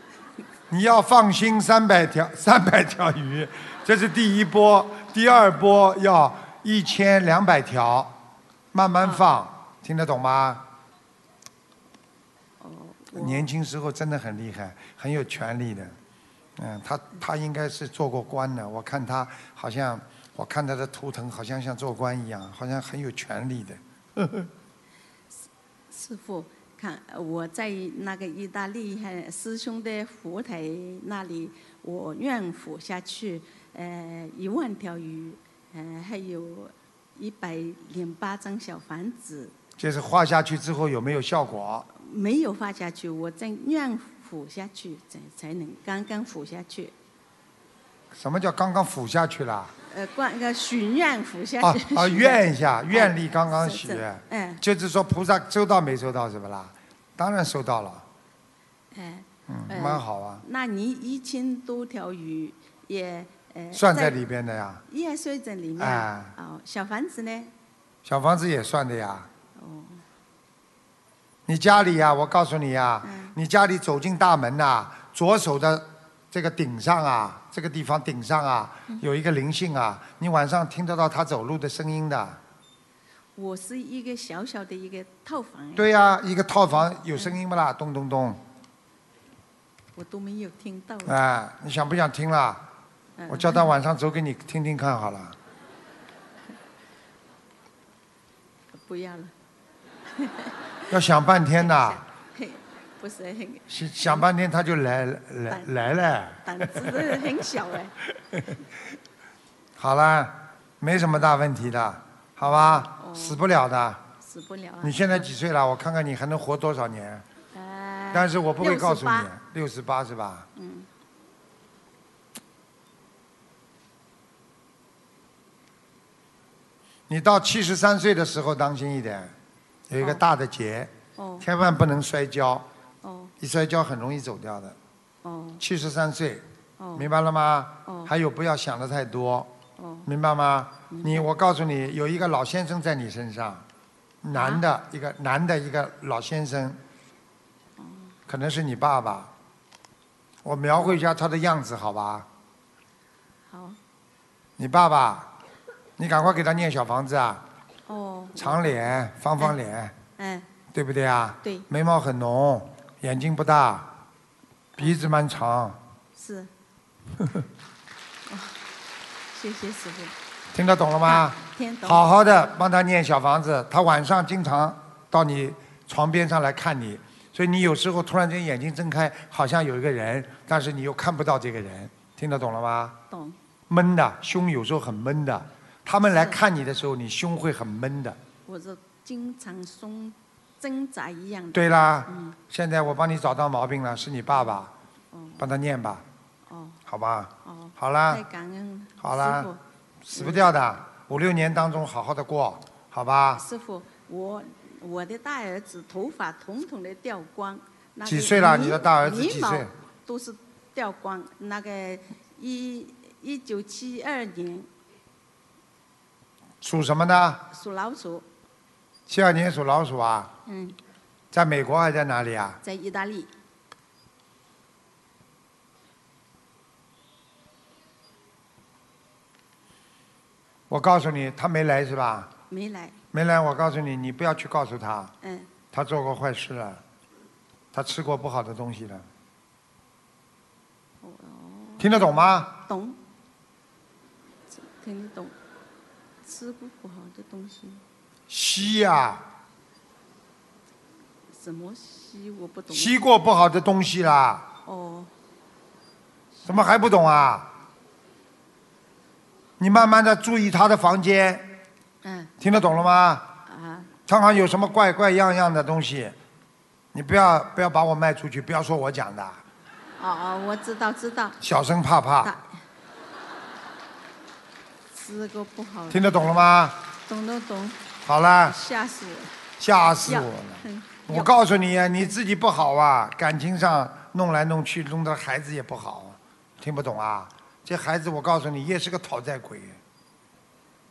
[LAUGHS] 你要放心，三百条 [LAUGHS] 三百条鱼，这是第一波，第二波要一千两百条，慢慢放，听得懂吗？年轻时候真的很厉害，很有权力的。嗯，他他应该是做过官的，我看他好像，我看他的图腾好像像做官一样，好像很有权力的。师傅。看，呃我在那个意大利呃师兄的佛台那里，我愿俯下去，呃，一万条鱼，呃，还有一百零八张小房子，就是画下去之后有没有效果？没有发下去，我在愿俯下去，才才能刚刚俯下去，什么叫刚刚俯下去了？呃，观个许愿俯下啊去。啊，许愿一下，愿力刚刚是许是， [LAUGHS] 嗯就是说菩萨收到没收到是不啦？当然收到了，哎，嗯，嗯蛮好啊，那你一千多条鱼也呃算在里边的呀，夜睡在里面。哎哦，小房子呢？小房子也算的呀。哦，你家里呀、我告诉你呀、嗯你家里走进大门呐、左手的这个顶上啊，这个地方顶上啊，嗯有一个灵性啊，你晚上听得到他走路的声音的。我是一个小小的一个套房，，哎对呀、一个套房有声音不啦？咚咚咚，我都没有听到。哎、你想不想听啦？嗯我叫他晚上走给你听听看好了。 [LAUGHS] 不要了， [LAUGHS] 要想半天呐，嘿，不是很想想半天他就来来来了。胆子很小哎。 [LAUGHS] [LAUGHS] 好啦，没什么大问题的，好吧？哦死不了的。死不了啊！你现在几岁了？我看看你还能活多少年。呃但是我不会告诉你68，六十八是吧？嗯，你到七十三岁的时候当心一点，有一个大的结，哦千万不能摔跤，哦一摔跤很容易走掉的。哦七十三岁，哦，明白了吗？哦还有不要想的太多，哦明白吗？你我告诉你，有一个老先生在你身上，男啊的、一个男的一个老先生，可能是你爸爸。我描绘一下他的样子，好吧？好你爸爸，你赶快给他念小房子啊，哦，长脸、方方脸，嗯对不对啊？对眉毛很浓，眼睛不大，鼻子蛮长，是，哦谢谢师傅，听得懂了吗？天懂好好的帮他念小房子，他晚上经常到你床边上来看你，所以你有时候突然间眼睛睁开，好像有一个人，但是你又看不到这个人，听得懂了吗？嗯懂闷的，胸有时候很闷的，他们来看你的时候，你胸会很闷的。我这经常松挣扎一样的。对啦，嗯现在我帮你找到毛病了，是你爸爸，帮他念吧，哦好吧？哦，好啦太，感恩了好啦师傅死不掉的，五六年当中好好的过，好吧？师傅，我我的大儿子头发统统的掉光，那个几岁了眉你的大儿子眉几毛岁都是掉光，那个一一九七二年属什么呢？属老鼠，七二年属老鼠啊，嗯，在美国还在哪里啊？在意大利，我告诉你，他没来是吧？没来，没来，我告诉你，你不要去告诉他，嗯，他做过坏事了，他吃过不好的东西了。听得懂吗？懂，这肯定懂，吃过不好的东西，吸呀、什么西我不懂，吸过不好的东西啦，哦，怎么还不懂啊？你慢慢的注意他的房间，嗯听得懂了吗？啊，常常有什么怪怪样样的东西，你不要不要把我卖出去，不要说我讲的，哦哦，我知道知道，小声怕怕，大吃过不好的，听得懂了吗？懂懂懂，好了，吓死我，吓死我了。嗯。我告诉你啊，你自己不好啊，感情上弄来弄去，弄得孩子也不好，听不懂啊？这孩子，我告诉你，也是个讨债鬼，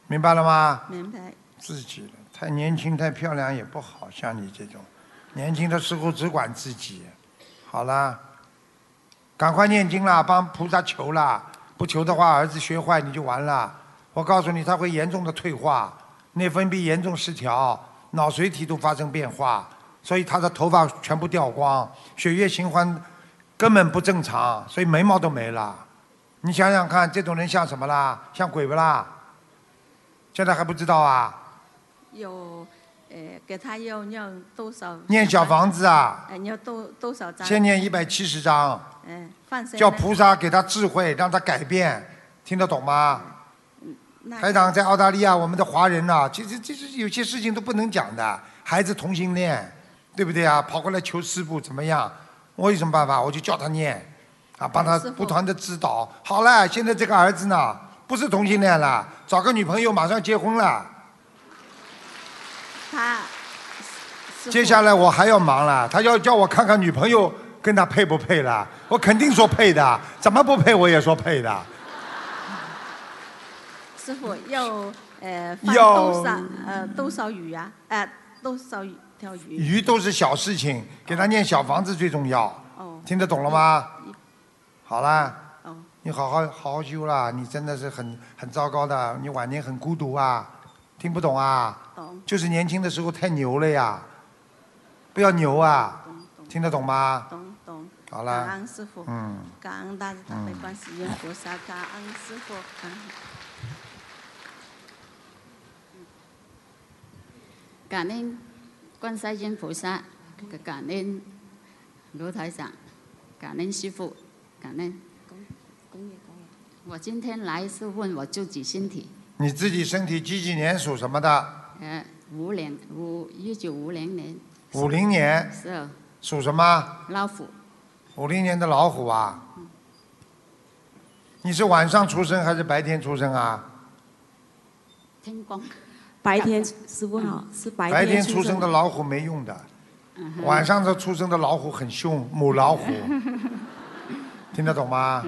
明白了吗？明白，自己了，太年轻太漂亮也不好，像你这种，年轻的时候只管自己。好啦，赶快念经啦，帮菩萨求啦，不求的话，儿子学坏你就完了。我告诉你，他会严重的退化，内分泌严重失调，脑髓体都发生变化，所以他的头发全部掉光，血液循环根本不正常，所以眉毛都没了。你想想看，这种人像什么啦？像鬼不啦？现在还不知道啊？有，呃，给他要要多少？念小房子啊，哎，你要多多少张？先念一百七十章，嗯，放生叫呢菩萨给他智慧，让他改变，听得懂吗？嗯那台长在澳大利亚，我们的华人呐、其实其实有些事情都不能讲的，孩子同性恋，对不对啊？跑过来求师傅怎么样？我有什么办法？我就叫他念，啊，帮他师父不断的指导。好了，现在这个儿子呢，不是同性恋了，找个女朋友，马上结婚了。他师 [LAUGHS] 接傅下来我还要忙了，他要叫我看看女朋友跟他配不配了，我肯定说配的，怎么不配我也说配的。师傅要呃放要多少呃多少鱼啊？呃多少鱼条鱼？鱼都是小事情，给他念小房子最重要，哦嗯听得懂了吗？好啦，哦，你好好好好修啦，你真的是很很糟糕的，你晚年很孤独啊，听不懂啊？懂就是年轻的时候太牛了呀，不要牛啊，懂懂听得懂吗？懂懂。好感啦，恩师傅，嗯，感恩大慈大悲观世音菩萨，感恩师傅，感恩。感恩观世音菩萨，感恩卢台长，感恩师傅，感恩。我今天来是问我自己身体，你自己身体几几年属什么的？呃，五年五一九五零年五零年是属什么？老虎，五零年的老虎啊。你是晚上出生还是白天出生啊？天光。白天师傅嗯好，是白白天天出生的老虎没用的，晚上这出生的老虎很凶，母老虎，嗯听得懂吗？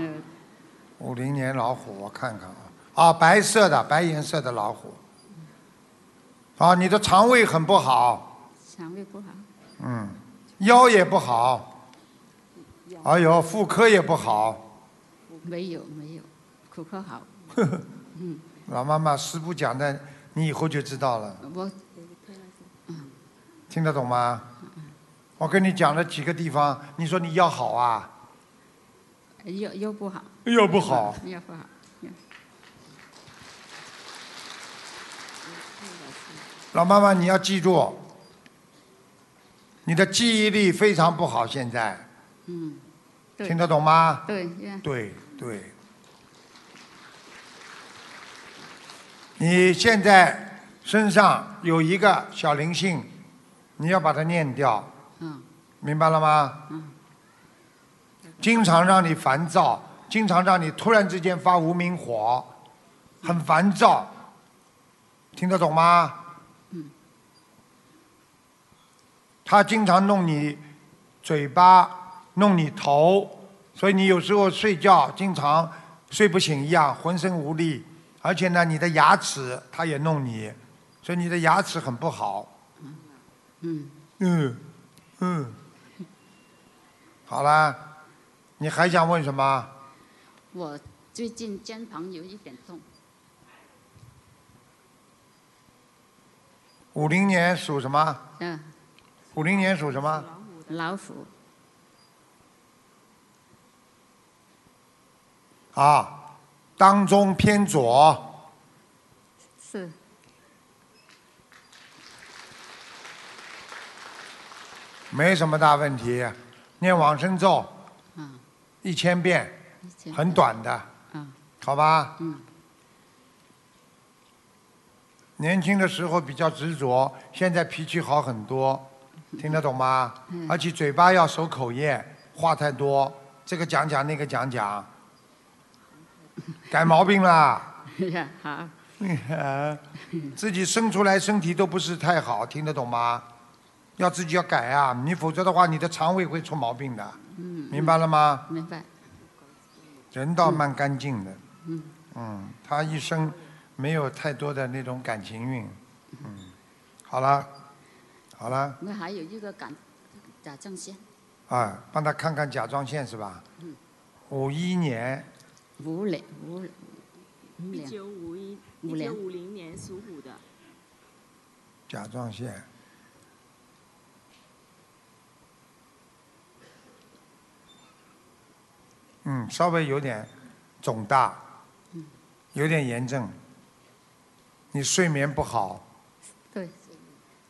五零年老虎，我看看啊，啊，白色的，白颜色的老虎。啊，你的肠胃很不好， [LAUGHS] 肠胃不好，嗯，腰也不好，嗯哎呦，妇科也不好。没有没有，口渴好，呵呵嗯，老妈妈，师傅讲的，你以后就知道了，我听得懂吗？我跟你讲了几个地方，你说你腰好啊，又又不好，腰不好，又不好，又老妈妈，你要记住，你的记忆力非常不好，现在嗯，对听得懂吗？对，呀对对，你现在身上有一个小灵性，你要把它念掉，嗯明白了吗？嗯经常让你烦躁，经常让你突然之间发无名火，很烦躁，听得懂吗？嗯。他经常弄你嘴巴，弄你头，所以你有时候睡觉经常睡不醒一样，浑身无力，而且呢，你的牙齿他也弄你，所以你的牙齿很不好。Hmm. 嗯嗯，嗯，好啦，你还想问什么？我最近肩膀有一点痛，五零年属什么？嗯，五零年属什么？老虎，啊，当中偏左，是没什么大问题。啊念往生咒嗯，一千遍，以前很短的，嗯好吧？嗯。年轻的时候比较执着，现在脾气好很多，听得懂吗？嗯而且嘴巴要守口业，话太多，这个讲讲那个讲 [LAUGHS] 讲，改毛病啦。呀好， [LAUGHS] 自己生出来身体都不是太好，听得懂吗？要自己要改啊，你否则的话，你的肠胃会出毛病的，嗯，明白了吗？明白，人倒蛮干净的，嗯嗯，他一生没有太多的那种感情运，嗯，好了，好了。我还有一个感甲状腺，啊，帮他看看甲状腺是吧？嗯五一年，五零五五一零九五一五一连九五零年属虎的，甲状腺。嗯，稍微有点肿大，嗯有点炎症。你睡眠不好，对，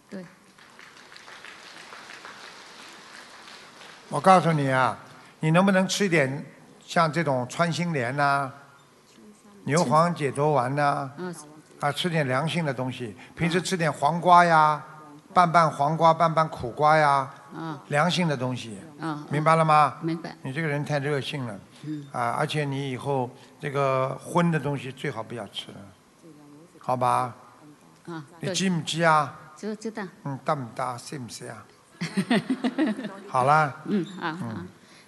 对，我告诉你啊，你能不能吃点像这种穿心莲呐、牛黄解毒丸呐、嗯啊，吃点良性的东西，平时吃点黄瓜呀，拌拌黄瓜，拌拌苦瓜呀，啊良性的东西，啊，明白了吗？明白，你这个人太热性了，嗯啊，而且你以后这个荤的东西最好不要吃了，好吧？啊，你对，记不记啊？知知道，嗯，大不大？信不信 [LAUGHS] 啊？好啦，嗯好好，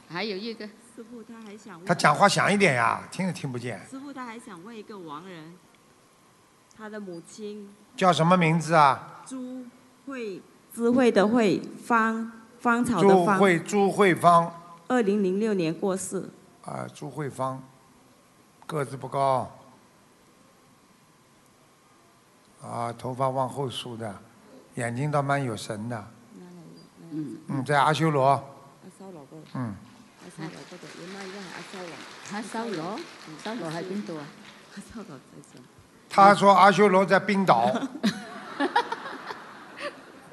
还有一个师傅他还想问他讲话响一点呀，听也听不见。师傅他还想问一个亡人，他的母亲叫什么名字啊？朱慧知慧的慧芳芳草的朱芳，慧朱慧芳二零零六年过世，啊，朱慧芳，个子不高，啊，头发往后梳的，眼睛倒蛮有神的。嗯，嗯，在阿修罗，呃嗯，他烧螺，烧螺喺边度啊？ [LAUGHS] 他说阿修罗在冰岛，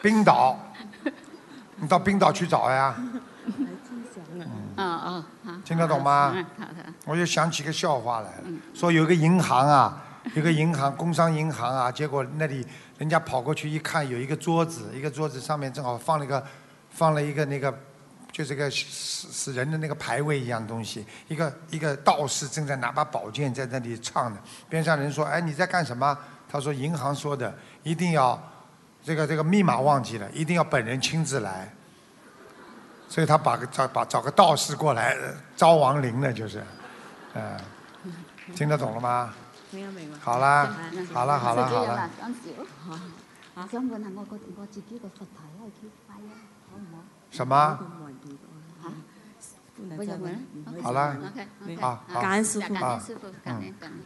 冰岛，你到冰岛去找呀，哦哦，好，嗯听得懂吗？好的。我就想起个笑话来了嗯，说有一个银行啊，有个银行，工商银行啊，结果那里人家跑过去一看，有一个桌子，一个桌子上面正好放了一个，放了一个那个，就是个死死人的那个牌位一样东西，一个一个道士正在拿把宝剑在那里唱呢，边上人说，哎，你在干什么？他说银行说的，一定要这个这个密码忘记了，一定要本人亲自来。所以他把个找把找个道士过来呃招亡灵呢，就是，嗯，听得懂了吗？明白明白好啦好啦好啦好啦想問下我個我自己個佛牌係幾塊啊？好唔好？什么？我有問啊好啦 OK，OK，好好感恩师父感恩師傅，感恩感恩。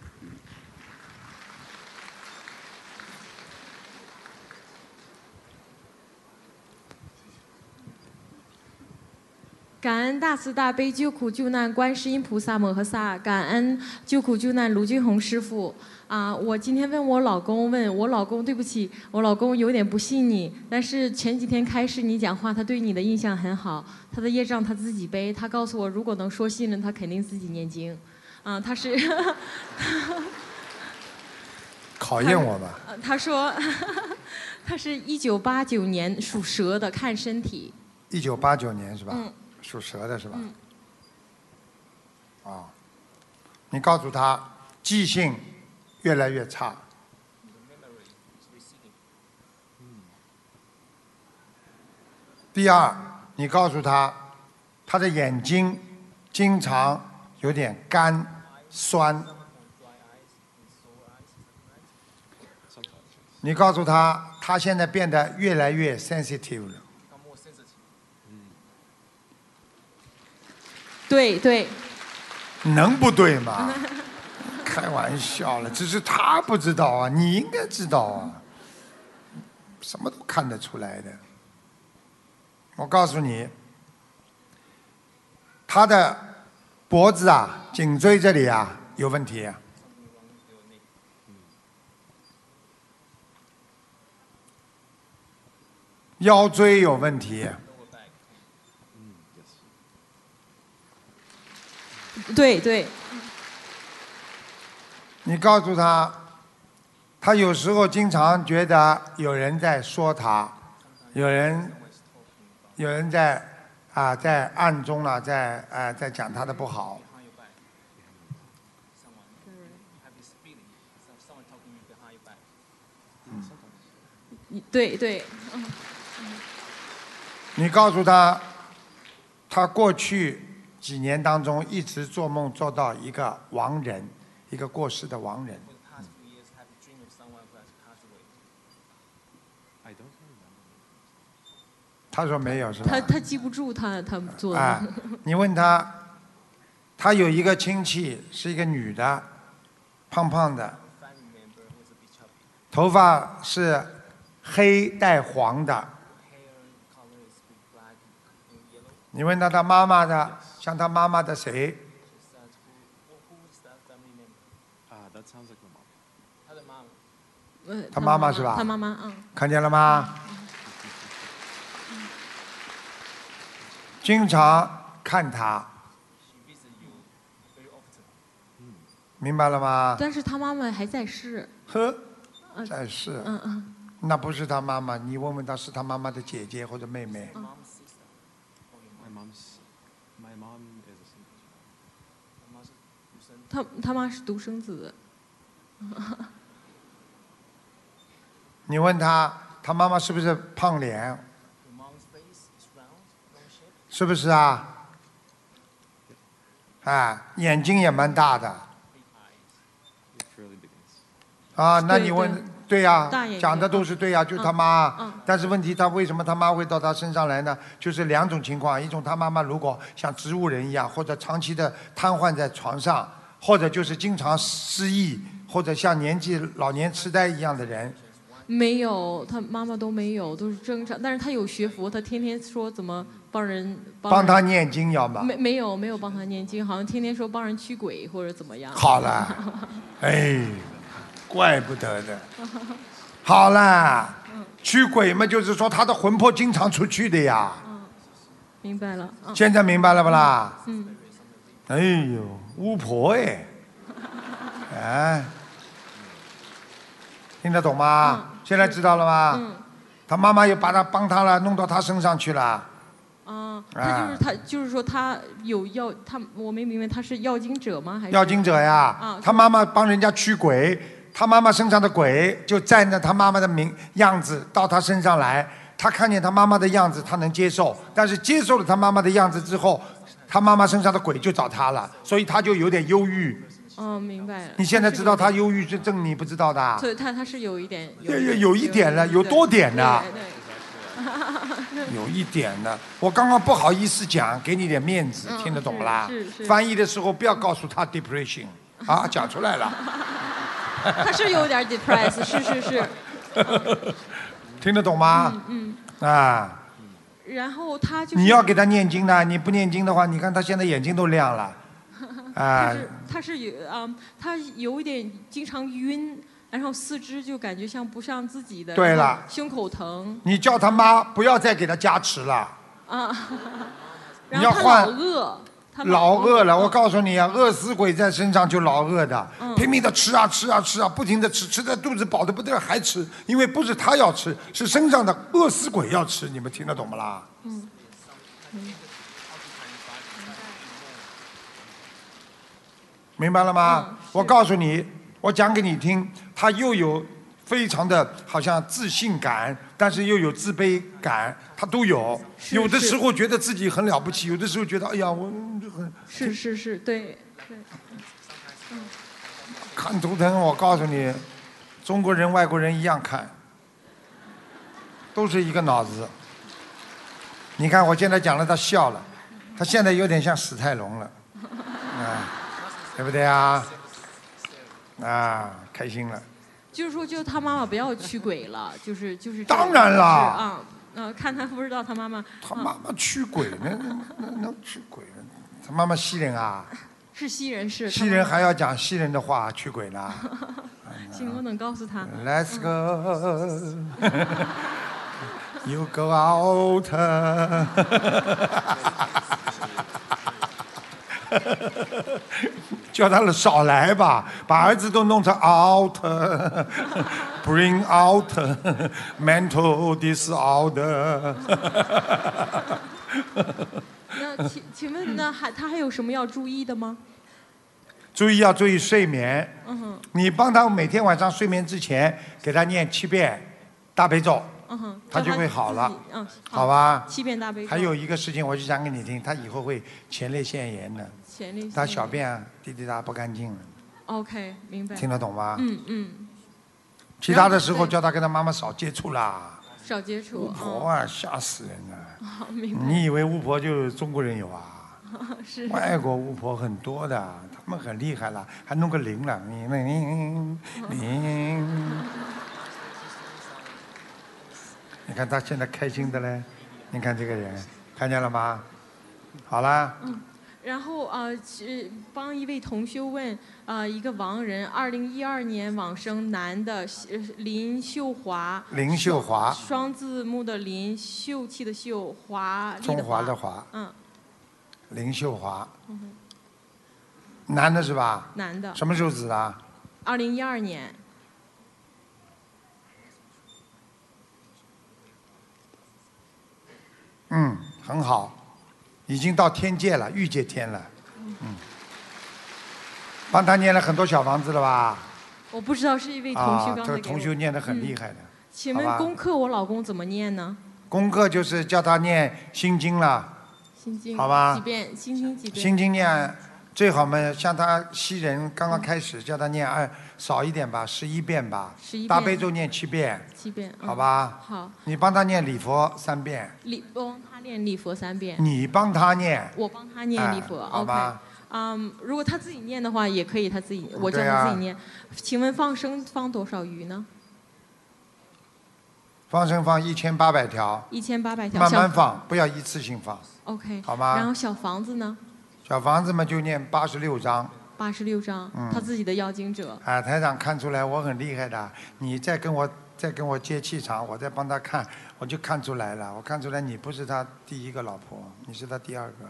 感恩大慈大悲救苦救难观世音菩萨摩诃萨，感恩救苦救难卢俊宏师傅。啊，我今天问我老公，问我老公，对不起，我老公有点不信你，但是前几天开始你讲话，他对你的印象很好，他的业障他自己背，他告诉我，如果能说信任，他肯定自己念经。啊，他是 [LAUGHS] 考验我吧。呃他说他是一九八九年属蛇的，看身体。一九八九年是吧？嗯属蛇的是吧？嗯啊，你告诉他记性越来越差，第二，你告诉他，他的眼睛经常有点干酸。你告诉他，他现在变得越来越 sensitive 了。对对，能不对吗？ [LAUGHS] 开玩笑了，只是他不知道啊，你应该知道啊，什么都看得出来的。我告诉你，他的脖子啊、颈椎这里啊有问题、啊，腰椎有问题、啊对对，你告诉他，他有时候经常觉得有人在说他，有人，有人在啊、在暗中呢、在啊、在讲他的不好。嗯对对，嗯，你告诉他，他过去几年当中一直做梦做到一个亡人，一个过世的亡人。他说没有是吧？他他记不住他他们做的，啊你问他，他有一个亲戚是一个女的，胖胖的，头发是黑带黄的。你问他他妈妈的，像他妈妈的谁？呃他妈妈是吧他妈妈，嗯，看见了吗？经常看他，明白了吗？但是他妈妈还在世，呵，嗯在世。嗯嗯，那不是他妈妈，你问问他是他妈妈的姐姐或者妹妹。他他妈是独生子， [LAUGHS] 你问他，他妈妈是不是胖脸？是不是啊？啊，眼睛也蛮大的啊。那对你问对，对呀、大眼睛讲的都是对呀、就是他妈。嗯但是问题，他为什么他妈会到他身上来呢？就是两种情况，一种他妈妈如果像植物人一样，或者长期的瘫痪在床上，或者就是经常失忆，或者像年纪老年痴呆一样的人，没有，他妈妈都没有，都是正常，但是他有学佛，他天天说怎么帮人帮人他念经要吗？没没有没有帮他念经，好像天天说帮人驱鬼或者怎么样，好嗯了，哎，怪不得的。好啦，驱鬼嘛，就是说他的魂魄经常出去的呀。 [LAUGHS] 明白了。嗯现在明白了不啦？嗯，哎呦，巫婆哎， [LAUGHS] 哎，听得懂吗？现在知道了吗？嗯他妈妈又把他帮他了，弄到他身上去了。啊，他就是他，就是说他有要他，我没明白他是要经者吗？还是要经者呀啊，，他妈妈帮人家驱鬼，他妈妈身上的鬼就占着他妈妈的名样子到他身上来，他看见他妈妈的样子，他能接受，但是接受了他妈妈的样子之后，他妈妈身上的鬼就找他了，所以他就有点忧郁。哦，明白了。你现在知道他忧郁症症，你不知道的啊？对，他他是有一点，有有有一点了，有多点的，啊有一点的。我刚刚不好意思讲，给你点面子，嗯听得懂不啦是是？是翻译的时候不要告诉他 depression 啊，讲出来了。 [LAUGHS] 他是有点 depressed，是是是， [LAUGHS] 听得懂吗？嗯嗯。啊，然后他就是你要给他 [LAUGHS] 念经的，你不念经的话，你看他现在眼睛都亮了，啊他是他是有啊、他有一点经常晕，然后四肢就感觉像不像自己的，对然后了胸口疼你叫他妈不要再给他加持了， [LAUGHS] 啊，你然要后他老换饿，他老饿了。嗯我告诉你啊，饿死鬼在身上就老饿的，嗯拼命的吃啊吃啊吃啊，不停的吃，吃的肚子饱的不得了还吃，因为不是他要吃，是身上的饿死鬼要吃，你们听得懂不啦？嗯，嗯明白了吗？嗯我告诉你，我讲给你听，他又有非常的好像自信感，但是又有自卑感，他都有。是有的是时候觉得自己很了不起，有的时候觉得哎呀，我嗯这很是是是，对对，嗯看图腾。我告诉你，中国人、外国人一样看，都是一个脑子。你看我现在讲了，他笑了，他现在有点像史泰龙了，啊，对不对啊？啊，开心了。就是说，就他妈妈不要驱鬼了， [LAUGHS] 就是就是这个。当然啦是啊，嗯，看他不知道他妈啊妈。他妈妈驱鬼呢，那那那驱鬼呢？他妈妈西人啊， [LAUGHS] 是西人，是他西人妈还要讲西人的话驱鬼呢。妈行，我能告诉他。 Let's go, you go out 叫他们少来吧，把儿子都弄成 out。Bring out mental disorder 那请请问，那还他还有什么要注意的吗？注意要注意睡眠，嗯哼，你帮他每天晚上睡眠之前给他念七遍大悲咒，嗯哼，他叫就会好了自己嗯，好吧欺骗大悲咒。还有一个事情，我就讲给你听，他以后会前列腺炎的，前列腺他小便啊滴滴答不干净了。 OK，明白。听得懂吗嗯嗯，其他的时候叫他跟他妈妈少接触啦。少接触。巫婆啊，吓死人了！嗯，好，明白。你以为巫婆就是中国人有啊？ [LAUGHS] 是外国巫婆很多的，他们很厉害了，还弄个铃了，铃铃铃。你看他现在开心的嘞，你看这个人，看见了吗？好啦，然后呃，去帮一位同修问，呃，一个亡人，二零一二年往生男的呃林秀华，林秀华，双字幕的林，秀气的秀，华丽中的华华，的华，嗯，林秀华，嗯哼男的是吧？男的，什么时候死的？二零一二年，嗯，很好，已经到天界了，欲界天了。嗯，帮他念了很多小房子了吧？我不知道是一位同修啊，刚这才个给同我修念得很嗯厉害的。请好吧问功课我老公怎么念呢？功课就是叫他念心经了，心经好吧几遍，心经几遍，心经念最好嘛，像他西人刚刚开始，叫他念二少一点吧，十一遍吧11，遍大悲咒念七遍，七遍，嗯好吧好，你帮他念礼佛三遍，礼帮他念礼佛三遍，你帮他念，我帮嗯他念哎礼佛好，OK。吧？嗯，如果他自己念的话，也可以他自己，我叫对他啊自己念。请问放生放多少鱼呢？放生放一千八百条，一千八百条。慢慢小。放，不要一次性放。 OK。好吧然后小房子呢？小房子嘛，就念八十六章，八十六章嗯，他自己的邀请者。啊，台长看出来我很厉害的，啊你在跟我在跟我接气场，我在帮他看，我就看出来了，我看出来你不是他第一个老婆，你是他第二个，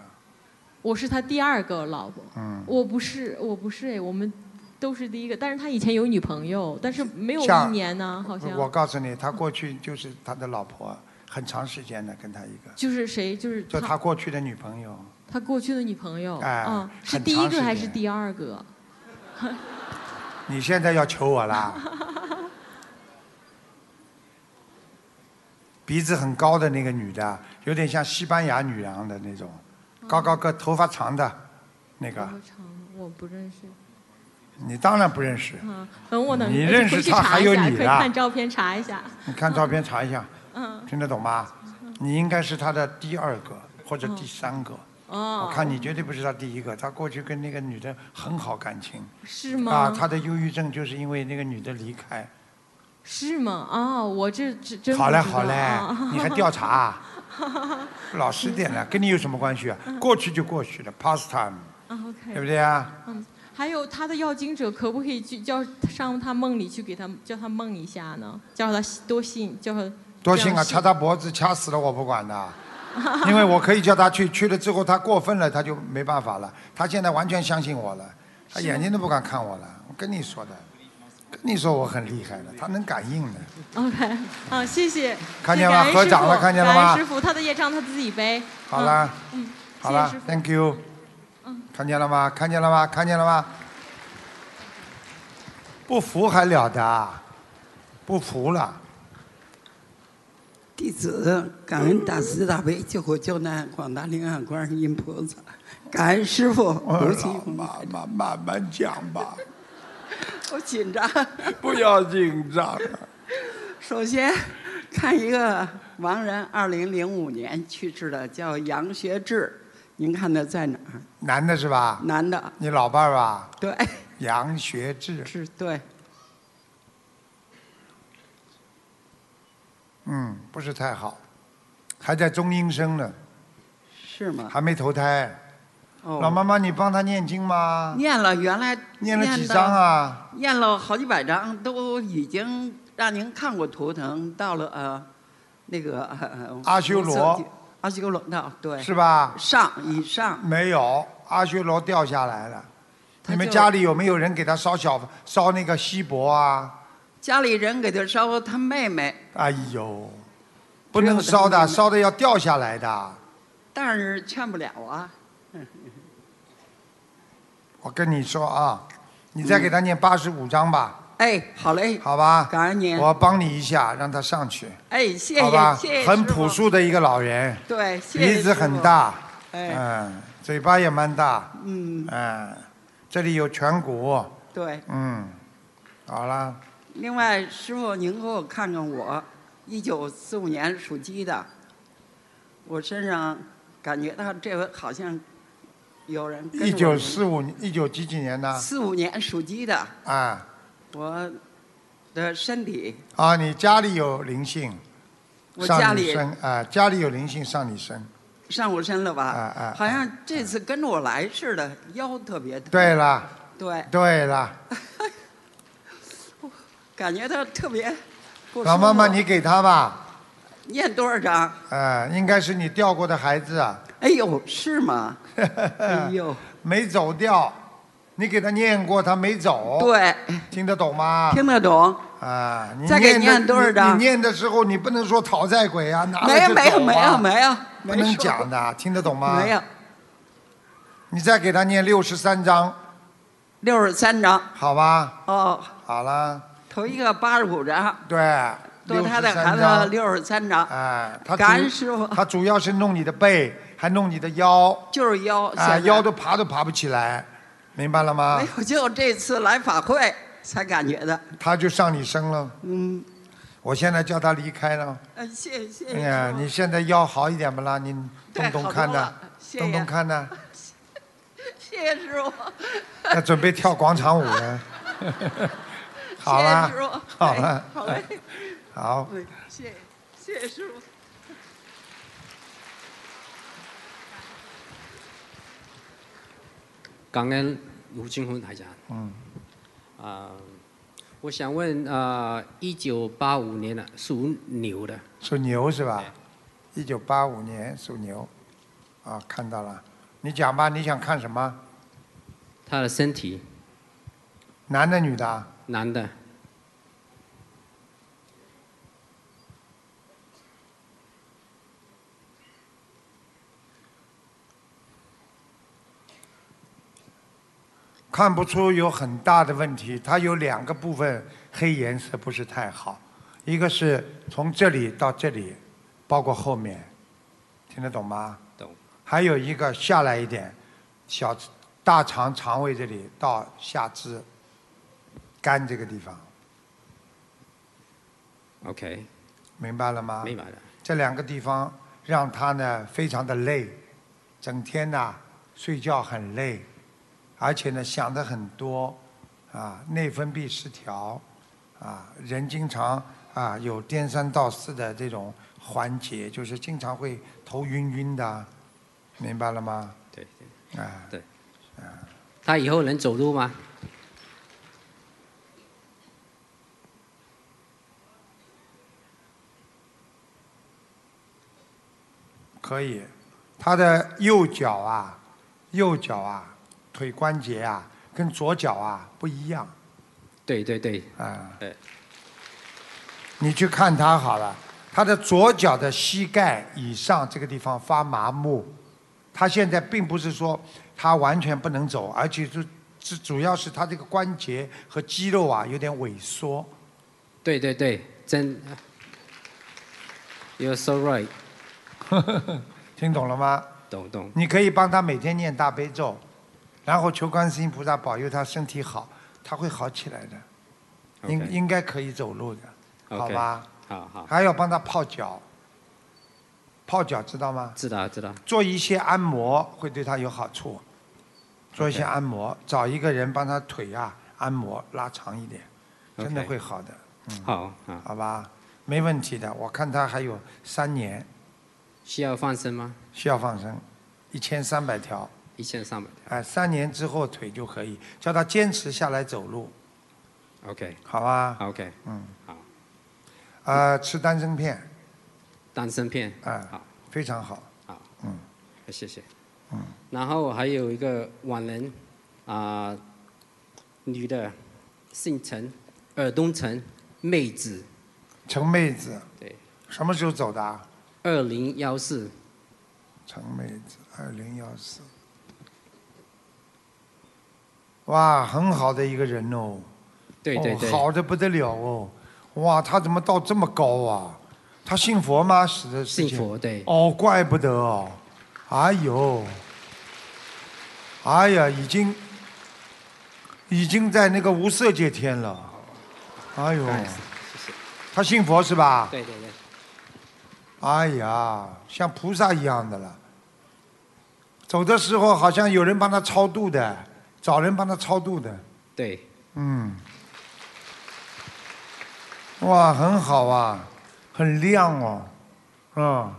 我是他第二个老婆，嗯，我不是，我不是哎，我们都是第一个。但是他以前有女朋友，但是没有像一年呢，好像。我告诉你，他过去就是他的老婆，很长时间的跟他一个，就是谁，就是就他他过去的女朋友，他过去的女朋友，哎啊，是很第长一时个还是间第二个？你现在要求我 [LAUGHS] 啦？鼻子很高的那个女的，有点像西班牙女郎的那种，高高个，头发长的，那个我长我不认识。你当然不认识。嗯，等我等你回去认识回去他查还一有下你啊可以啦看照片查一下。你看照片查一下，嗯，听得懂吗？你应该是他的第二个或者第三个。哦，我看你绝对不是他第一个，他过去跟那个女的很好感情。是吗？啊，他的忧郁症就是因为那个女的离开。是吗？啊，我这这真好不嘞知好道嗯嘞 [LAUGHS] 啊，你还调查啊？老实点了，跟你有什么关系啊？嗯过去就过去了，past time，啊？OK，对不对？啊？嗯，还有他的要经者可不可以去叫上他梦里去给他叫他梦一下呢？叫他多信，叫他多幸啊，这掐样他脖子掐死了我不管的， [LAUGHS] 因为我可以叫他去，去了之后他过分了，他就没办法了。他现在完全相信我了，他是吗眼睛都不敢看我了。我跟你说的，跟你说我很厉害的，他能感应的。 OK，啊，谢谢，看见谢吗谢感恩合掌了师父看见了感吗恩师傅，他的业障他自己背。好了，嗯，嗯好谢谢了师父，Thank you 嗯。看见了吗？看见了吗？看见了吗？不服还了得？啊不服了。弟子感恩大慈大悲救苦救难广大灵感观世音菩萨，感恩师傅卢金红。哎慢慢慢慢讲吧，我紧张。 [LAUGHS] 不要紧张。啊首先看一个亡人，二零零五年去世的，叫杨学志。您看他在哪儿？男的是吧？男的。你老伴儿吧？对。杨学志。是，对。嗯，不是太好，还在中阴身呢，是吗？还没投胎。哦老妈妈，你帮他念经吗？念了，原来念了几到章啊？念了好几百章，都已经让您看过图腾，到了呃那个呃阿修罗，无色界阿修罗嗯道对是？吧？上以上没有，阿修罗掉下来了。他你们就家里有没有人给他烧小烧那个锡箔啊？家里人给他烧他妹妹，哎呦，不能烧的，烧的要掉下来的。但是劝不了啊。 [LAUGHS] 我跟你说啊，你再给他念八十五章吧。嗯哎，好嘞，好吧，感恩您我帮你一下，让他上去，哎，谢好谢吧？谢谢很师朴傅，素的一个老人，对，谢谢鼻子师傅很大，，哎，嗯，嘴巴也蛮大，嗯，嗯，这里有颧骨，对。嗯，好了，另外，师傅，您给我看看我，一九四五年属鸡的，我身上感觉到这回好像有人跟着我一九四五一九几几年呢？四五年属鸡的，啊我的身体，啊，你家里有灵性，我家上里你身啊，家里有灵性上你身，上我身了吧？啊啊好像这次跟着我来似的，腰特别疼。对了，对，对了，感觉到特别不舒服。老妈妈你给他吧，念多少章？啊，应该是你掉过的孩子啊。哎呦，是 [LAUGHS] 吗？哎呦，没走掉，你给他念过，他没走。对，听得懂吗？听得懂。啊，你再给的念多少你章你念的时候，你不能说讨债鬼啊，拿了没有就没有走啊没有没有，不没能说讲的，听得懂吗？没有。你再给他念六十三章，六十三章，好吧？哦，好了，头一个八十五章，对，多他的63孩章子六十三章，哎，他感主恩师傅他主要是弄你的背，还弄你的腰，就是腰现啊，在腰都爬都爬不起来，明白了吗没？有，就这次来法会才感觉的，他就上你身了，嗯，我现在叫他离开了。嗯，谢谢哎谢呀，谢你现在腰好一点不啦？你动对动好看多呐、了谢动动谢看呐、谢谢师傅，要准备跳广场舞 [LAUGHS] 了。好谢了谢师傅，，好哎了，好嘞，好，嗯谢谢谢谢师傅。 [LAUGHS] 感恩卢金红台长。嗯，啊、我想问啊，一九八五年的属牛的，属牛是吧？一九八五年属牛，啊，看到了。你讲吧，你想看什么？他的身体，男的女的啊？男的，看不出有很大的问题，它有两个部分黑颜色不是太好，一个是从这里到这里，包括后面，听得懂吗？懂。还有一个下来一点，小大肠肠胃这里到下肢，肝这个地方， OK，明白了吗？明白了。这两个地方让他呢非常的累，整天呐、睡觉很累，而且呢想的很多，啊内分泌失调，啊人经常啊有颠三倒四的这种环节，就是经常会头晕晕的，明白了吗？对对。啊，对，他以后能走路吗？可以，他的右脚啊，右脚啊，腿关节啊，跟左脚啊不一样。对对对，啊，对，你去看他好了，他的左脚的膝盖以上这个地方发麻木，他现在并不是说他完全不能走，而且是主主要是他这个关节和肌肉啊有点萎缩。对对对，真，You're so right，听懂了吗？懂懂，你可以帮他每天念大悲咒，然后求观世音菩萨保佑他身体好，他会好起来的 OK 应应该可以走路的 OK 好吧？好好，还要帮他泡脚，泡脚知道吗？知道知道，做一些按摩会对他有好处，做一些 OK 按摩，找一个人帮他腿啊按摩拉长一点，真的 OK 会好的，好啊，好吧？没问题的，我看他还有三年需要放生吗？需要放生，一千三百条。一千三百哎，三年之后腿就可以，叫他坚持下来走路， ，OK 好吧？ OK，嗯，好，呃，吃丹参片，丹参片，啊，好，非常好，好，嗯，谢谢，嗯，然后还有一个网人啊、女的，姓陈，尔东陈，妹子，陈妹子，对，什么时候走的啊？二零幺四，陈妹子，二零幺四，哇，很好的一个人哦，对对对哦，好的不得了哦，哇，他怎么到这么高啊？他信佛吗？死的信佛对，哦，怪不得哦，哎呦，哎呀，已经已经在那个无色界天了，哎呦，谢谢，他信佛是吧？对对对，哎呀，像菩萨一样的了。走的时候好像有人帮他超度的，找人帮他超度的，对，嗯，哇，很好啊，很亮哦，嗯，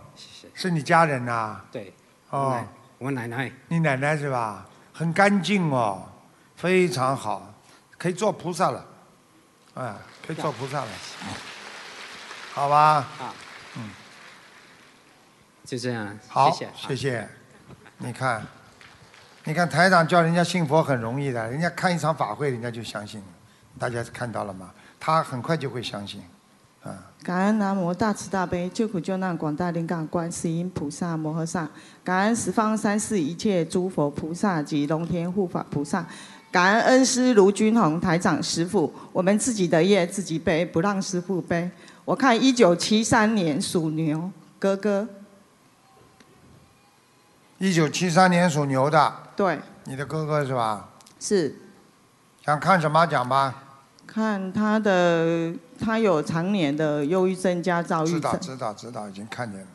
是你家人呐、对，哦我奶我奶奶，你奶奶是吧？很干净哦，非常好，可以做菩萨了，哎，可以做菩萨了，好吧？啊，就这样，好，谢谢，谢你看，你看台长叫人家信佛很容易的，人家看一场法会，人家就相信了，大家看到了吗？他很快就会相信，啊。感恩南无大慈大悲救苦救难广大灵感观世音菩萨摩诃萨，感恩十方三世一切诸佛菩萨及龙天护法菩萨，感恩恩师卢军宏台长师傅。我们自己的业自己背，不让师傅背。我看一九七三年属牛，哥哥，一九七三年属牛的，对，你的哥哥是吧？是。想看什么讲吧？看他的他有常年的忧郁症加躁郁知道症，知道知道，已经看见了。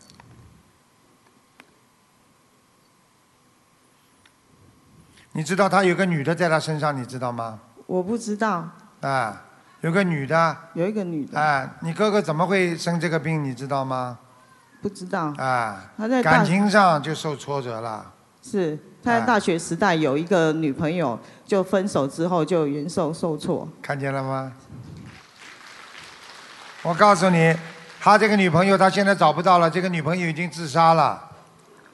你知道他有个女的在他身上，你知道吗？我不知道。啊，有个女的。有一个女的。啊，你哥哥怎么会生这个病？你知道吗？不知道。啊。他在大感情上就受挫折了。是他在大学时代有一个女朋友，就分手之后就元受受挫。看见了吗？我告诉你，他这个女朋友他现在找不到了，这个女朋友已经自杀了，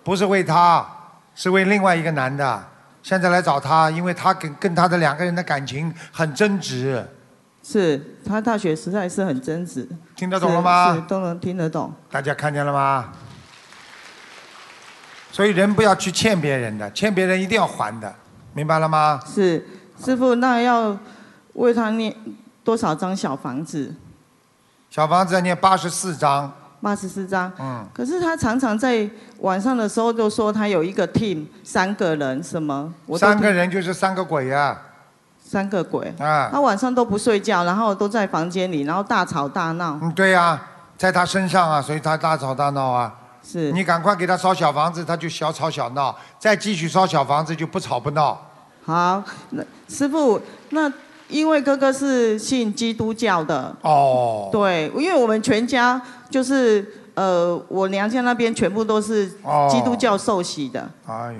不是为他，是为另外一个男的。现在来找他，因为他跟跟他的两个人的感情很争执。是他大学时代是很争执。听得懂了吗是是都能听得懂。大家看见了吗？所以人不要去欠别人的，欠别人一定要还的，明白了吗？是，师傅，那要为他念多少张小房子？小房子念八十四章，八十四张。嗯，可是他常常在晚上的时候就说他有一个 team 三个人什么，我都三个人就是三个鬼呀、三个鬼啊他晚上都不睡觉，然后都在房间里，然后大吵大闹。嗯，对呀、在他身上啊，所以他大吵大闹啊。是。你赶快给他烧小房子，他就小吵小闹；再继续烧小房子，就不吵不闹。好，那师傅，那因为哥哥是信基督教的哦，对，因为我们全家就是呃，我娘家那边全部都是哦基督教受洗的，哎呦，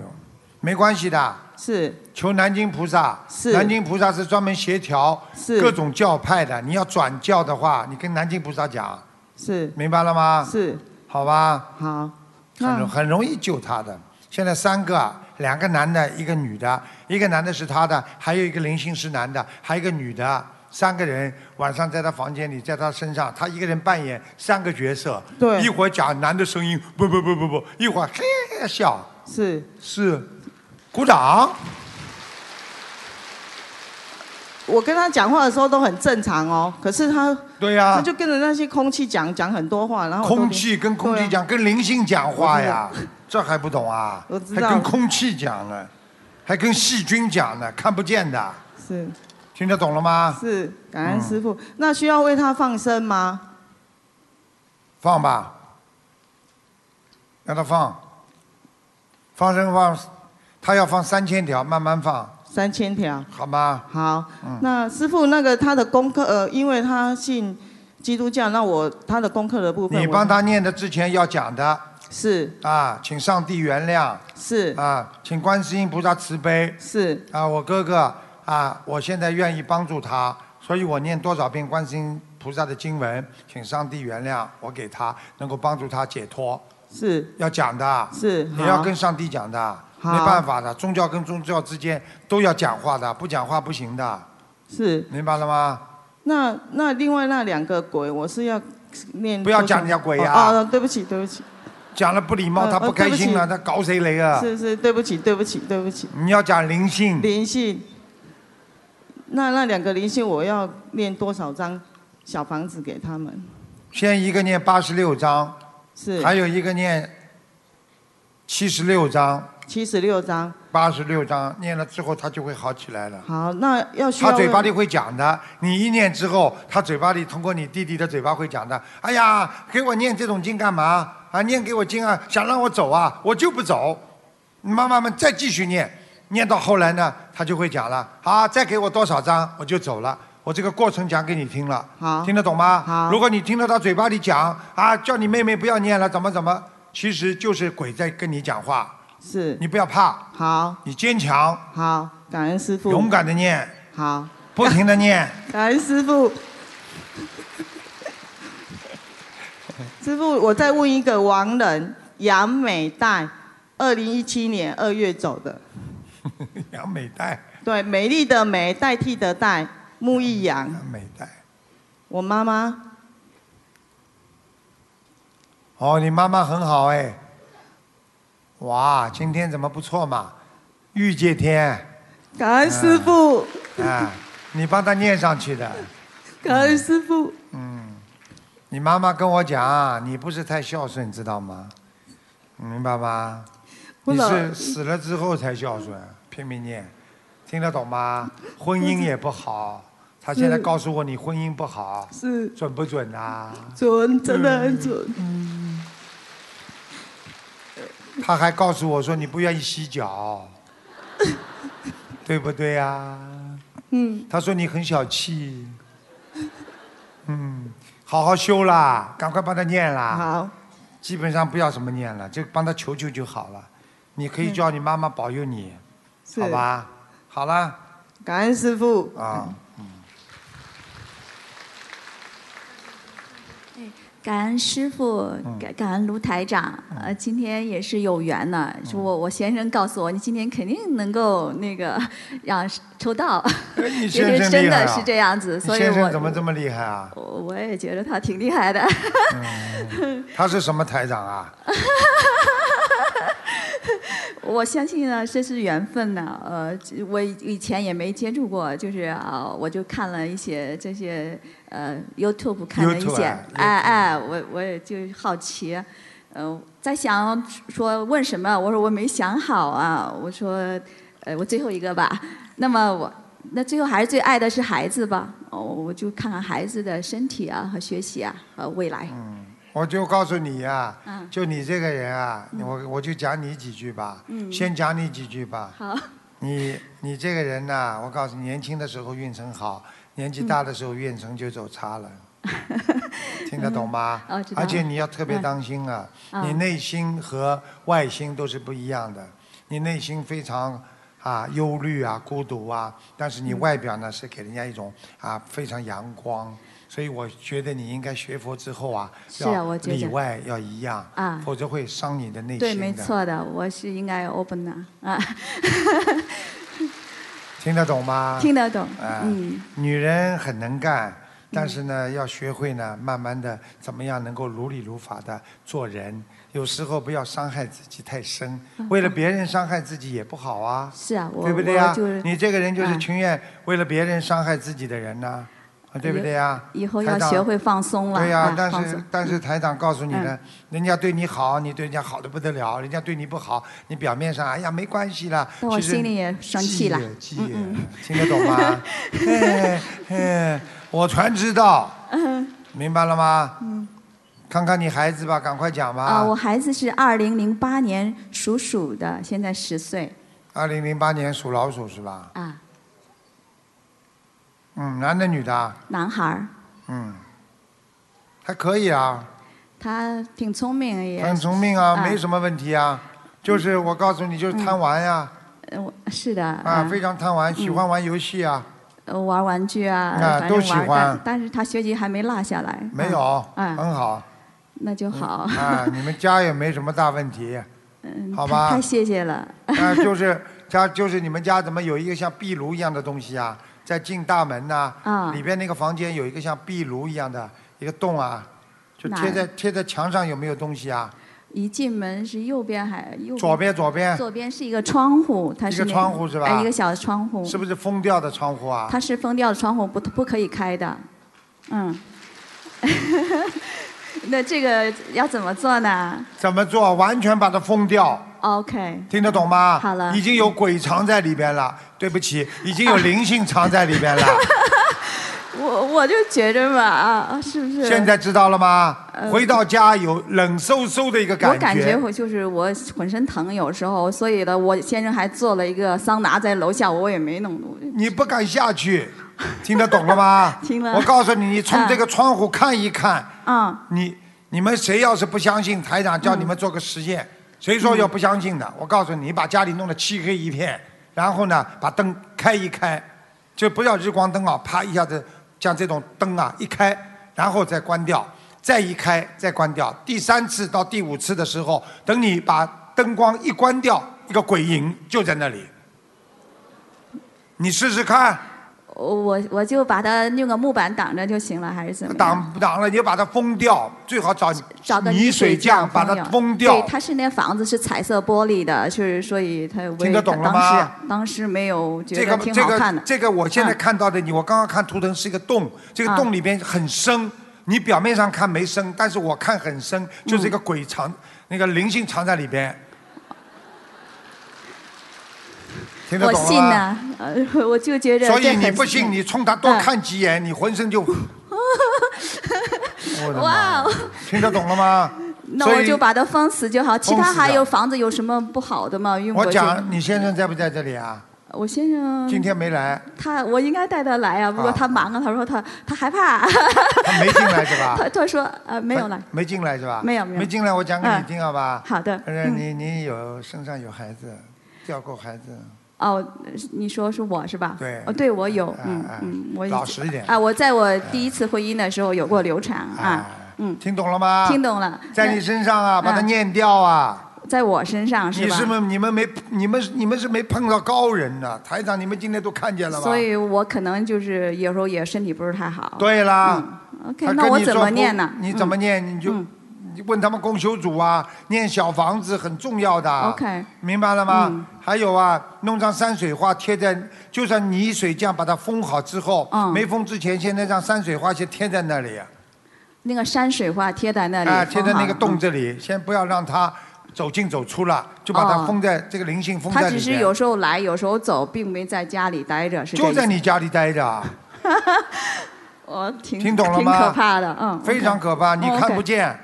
没关系的。是。求南京菩萨。是南京菩萨是专门协调是各种教派的。你要转教的话，你跟南京菩萨讲。是。明白了吗？是。好吧。好。很容那很容易救他的。现在三个啊，两个男的，一个女的，一个男的是他的，还有一个灵性是男的，还有一个女的，三个人晚上在他房间里，在他身上，他一个人扮演三个角色，对一会儿讲男的声音，不不不不不，一会儿嘿嘿嘿笑，是是，鼓掌，我跟他讲话的时候都很正常哦，可是他对呀、他就跟着那些空气讲讲很多话，然后我都啊空气跟空气对啊讲，跟灵性讲话呀，这还不懂啊？我知还道跟空气讲呢，还跟细菌讲呢，看不见的，是听得懂了吗？是感恩嗯师傅、那需要为他放生吗？放吧，让他放，放生放，他要放三千条，慢慢放，三千条。好吗？好，嗯那师傅那个他的功课，呃，因为他信基督教，那我他的功课的部分，你我帮他念的之前要讲的。是啊，请上帝原谅。是啊，请观世音菩萨慈悲。是啊，我哥哥啊，我现在愿意帮助他，所以我念多少遍观世音菩萨的经文，请上帝原谅我给他，能够帮助他解脱。是要讲的，是也要好跟上帝讲的，没好办法的，宗教跟宗教之间都要讲话的，不讲话不行的，是。明白了吗？那那另外那两个鬼，我是要念不要多少讲人家鬼呀哦哦，对不起，对不起，讲了不礼貌，呃他呃不开心了，他对不起搞谁雷啊？是是，对不起，对不起，对不起。你要讲灵性，灵性，那那两个灵性，我要念多少张小房子给他们？先一个念八十六章，是还有一个念七十六章，七十六章。八十六章念了之后，他就会好起来了。好，那要需要他嘴巴里为会讲的，你一念之后，他嘴巴里通过你弟弟的嘴巴会讲的。哎呀，给我念这种经干嘛？啊，念给我经啊，想让我走啊，我就不走。妈妈们再继续念，念到后来呢，他就会讲了，啊，再给我多少张我就走了。我这个过程讲给你听了，好听得懂吗？好如果你听到他嘴巴里讲啊，叫你妹妹不要念了，怎么怎么，其实就是鬼在跟你讲话。是你不要怕，好你坚强，好，感恩师傅，勇敢的念，好，不停的念。 [LAUGHS] 感恩师傅。师傅，我再问一个王人杨美黛，二零一七年二月走的，杨美黛，对，美丽的美代替的代，木易杨，杨美黛。我妈妈哦，你妈妈很好哎。哇，今天怎么不错嘛？玉界天，感恩师傅，啊，你帮她念上去的。嗯感恩师傅，你妈妈跟我讲，啊你不是太孝顺，知道吗？你明白吗？我你老是死了之后才孝顺，拼命念，听得懂吗？婚姻也不好，她现在是告诉我你婚姻不好，是准不准啊？准，真的很准，他还告诉我说你不愿意洗 [LAUGHS] 脚，对不对呀、嗯，他说你很小气，嗯，好好修啦，赶快帮他念啦。好，基本上不要什么念了，就帮他求求就好了。你可以叫你妈妈保佑你，是嗯好吧？好了，感恩师傅啊，感恩师傅，嗯感感恩卢台长，呃，今天也是有缘呢。嗯就我我先生告诉我，你今天肯定能够那个 [LAUGHS] 让抽到，哎你 [LAUGHS] 因先为生真厉害的啊是这样子，你所以先生我怎么这么厉害啊？我我也觉得他挺厉害的。他是什么台长啊？我相信呢，这是缘分呢。呃，我以以前也没接触过，就是啊、我就看了一些这些呃 YouTube 看了一 YouTube 些啊，哎哎，我我也就好奇，呃，在想说问什么，我说我没想好啊，我说呃我最后一个吧，那么我。那最后还是最爱的是孩子吧，哦，我就看看孩子的身体啊和学习啊和未来。我就告诉你啊呀、嗯嗯就你这个人啊，嗯我我就讲你几句吧，嗯先讲你几句吧。好，你你这个人呐、我告诉你，年轻的时候运程好，年嗯纪大的时候运程就走差 [LAUGHS] 了，听得懂吗？嗯哦知道而且你要特别当心啊，嗯你内心和外心都是不一样的，你内心非常。啊，忧虑啊，孤独啊，但是你嗯外表呢是给人家一种啊非常阳光，所以我觉得你应该学佛之后啊，是啊要我觉得里外要一样，啊否则会伤你的内心对，没错的，我是应该 open 的啊。听得懂吗？听得懂哎嗯女人很能干，但是呢，要学会呢，慢慢的怎么样能够如理如法的做人。有时候不要伤害自己太深，为了别人伤害自己也不好啊。嗯是啊，我对不对呀、我就是你这个人就是啊情愿为了别人伤害自己的人呢、啊，对不对呀、以后台要长学会放松了。对呀、啊但放是松但是台长告诉你呢嗯，人家对你好，你对人家好的不得了；人家对你不好，你表面上哎呀没关系啦，但我其实心里也生气了嗯记也记也听得懂 [LAUGHS] 吗？哎哎，我全知道， [LAUGHS] 明白了吗？嗯看看你孩子吧，赶快讲吧。啊，我孩子是二零零八年属鼠的，现在十岁二零零八年属老鼠是吧？啊，嗯，男的女的啊？男孩儿，嗯，还可以啊，他挺聪明也。嗯很聪明啊，没什么。么问题啊。就是我告诉你，就是贪玩呀、呃我是的。啊，非常贪玩，喜欢嗯玩游戏啊，呃玩玩具啊，啊反正都喜玩欢但但是他学习还没落下来。没啊有，啊很好。那就好。啊，你们家也没什么大问题， [LAUGHS] 嗯好太吧太谢谢了。 [LAUGHS] 啊，就是家就是你们家怎么有一个像壁炉一样的东西啊，在进大门呐、啊里边那个房间有一个像壁炉一样的一个洞啊，就哪贴在儿贴在墙上有没有东西啊？一进门是右边还右左边左边左边是一个窗户，它是一个那窗户是吧哎一个小窗户，是不是封掉的窗户啊？它是封掉的窗户，不不可以开的。嗯， [LAUGHS] 那这个要怎么做呢怎么做？完全把它封掉。 ？OK，听得懂吗？好了已经有鬼藏在里边了。对不起，已经有灵性藏在里 [LAUGHS] 边了。我我就觉着嘛，啊，是不是？现在知道了吗？呃回到家有冷飕飕的一个我感感觉我就是我浑身疼，有时候，所以呢，我先生还做了一个桑拿在楼下，我也没弄住。你不敢下去，听得懂了吗？ [LAUGHS] 听了啊我告诉你，你从这个窗户看一看，嗯，你你们谁要是不相信台长叫你们做个实验，谁说要不相信的？我告诉你，你把家里弄得漆黑一片，然后呢，把灯开一开，就不要日光灯啊，啪一下子像这种灯啊一开，然后再关掉，再一开再关掉，第三次到第五次的时候，等你把灯光一关掉，一个鬼影就在那里，你试试看。我我就把它用个木板挡着就行了，还是怎么样？挡不挡了，你就把它封掉，最好找找个泥水匠把它封掉对，。它是那房子是彩色玻璃的，就是所以它我也听得懂了当时吗当时没有觉这得个挺这好看个的。这个，我现在嗯看到的你，我刚刚看图腾是一个洞，这个啊洞里边很深，你表面上看没深，但是我看很深，嗯就是一个鬼藏那个灵性藏在里边。听得我懂了信吗？呐、呃，我就觉着所这以很。嗯你不信，你冲他多看几眼，你浑身就， [LAUGHS] 我 [LAUGHS] 的妈！哇哦，？听得懂了吗 [LAUGHS] 那所我以就把它封死就好。其封他死还的有房子有什么不好的吗？用我过去。讲，你先生在不在这里啊？我嗯先生今天没来，他我应该带他来啊，不过他忙啊，他说他他害怕，他没进来是 [LAUGHS] 吧？他他说呃没有来，没进来是吧？没有没有进来，我讲给你嗯听好吧？好的呃，嗯你你有身上有孩子，掉过孩子，哦，你说是我是吧？对哦，对我有，嗯哎嗯，我已老经实一点哎啊，我在我第一次婚姻的时候有过流产啊，嗯，听懂了吗？听懂了，在你那身上啊，把它嗯念掉啊。在我身上是你吧？是吗？你们没，你们你们是没碰到高人呐、台长，你们今天都看见了吧？所以我可能就是有时候也身体不是太好。哦对啦。嗯 OK，他那跟我你怎说么不念呢？你怎么嗯念？你就你问他们供修主啊，念小房子很重要的。啊 OK 明白了吗？嗯还有啊，弄张山水画贴在，就算泥水这样把它封好之后，嗯没封之前，现在让山水画先贴在那里，啊那个山水画贴在那里？嗯啊，贴在那个封好洞这里，先不要让它走进走出了，就把它哦封在、这个灵性封在他里只面。是有时候来，有时候走，并没在家里待着，是这就在意思你家里待着，啊我挺听懂了吗？挺可怕的，嗯，非常可怕，你看不。见，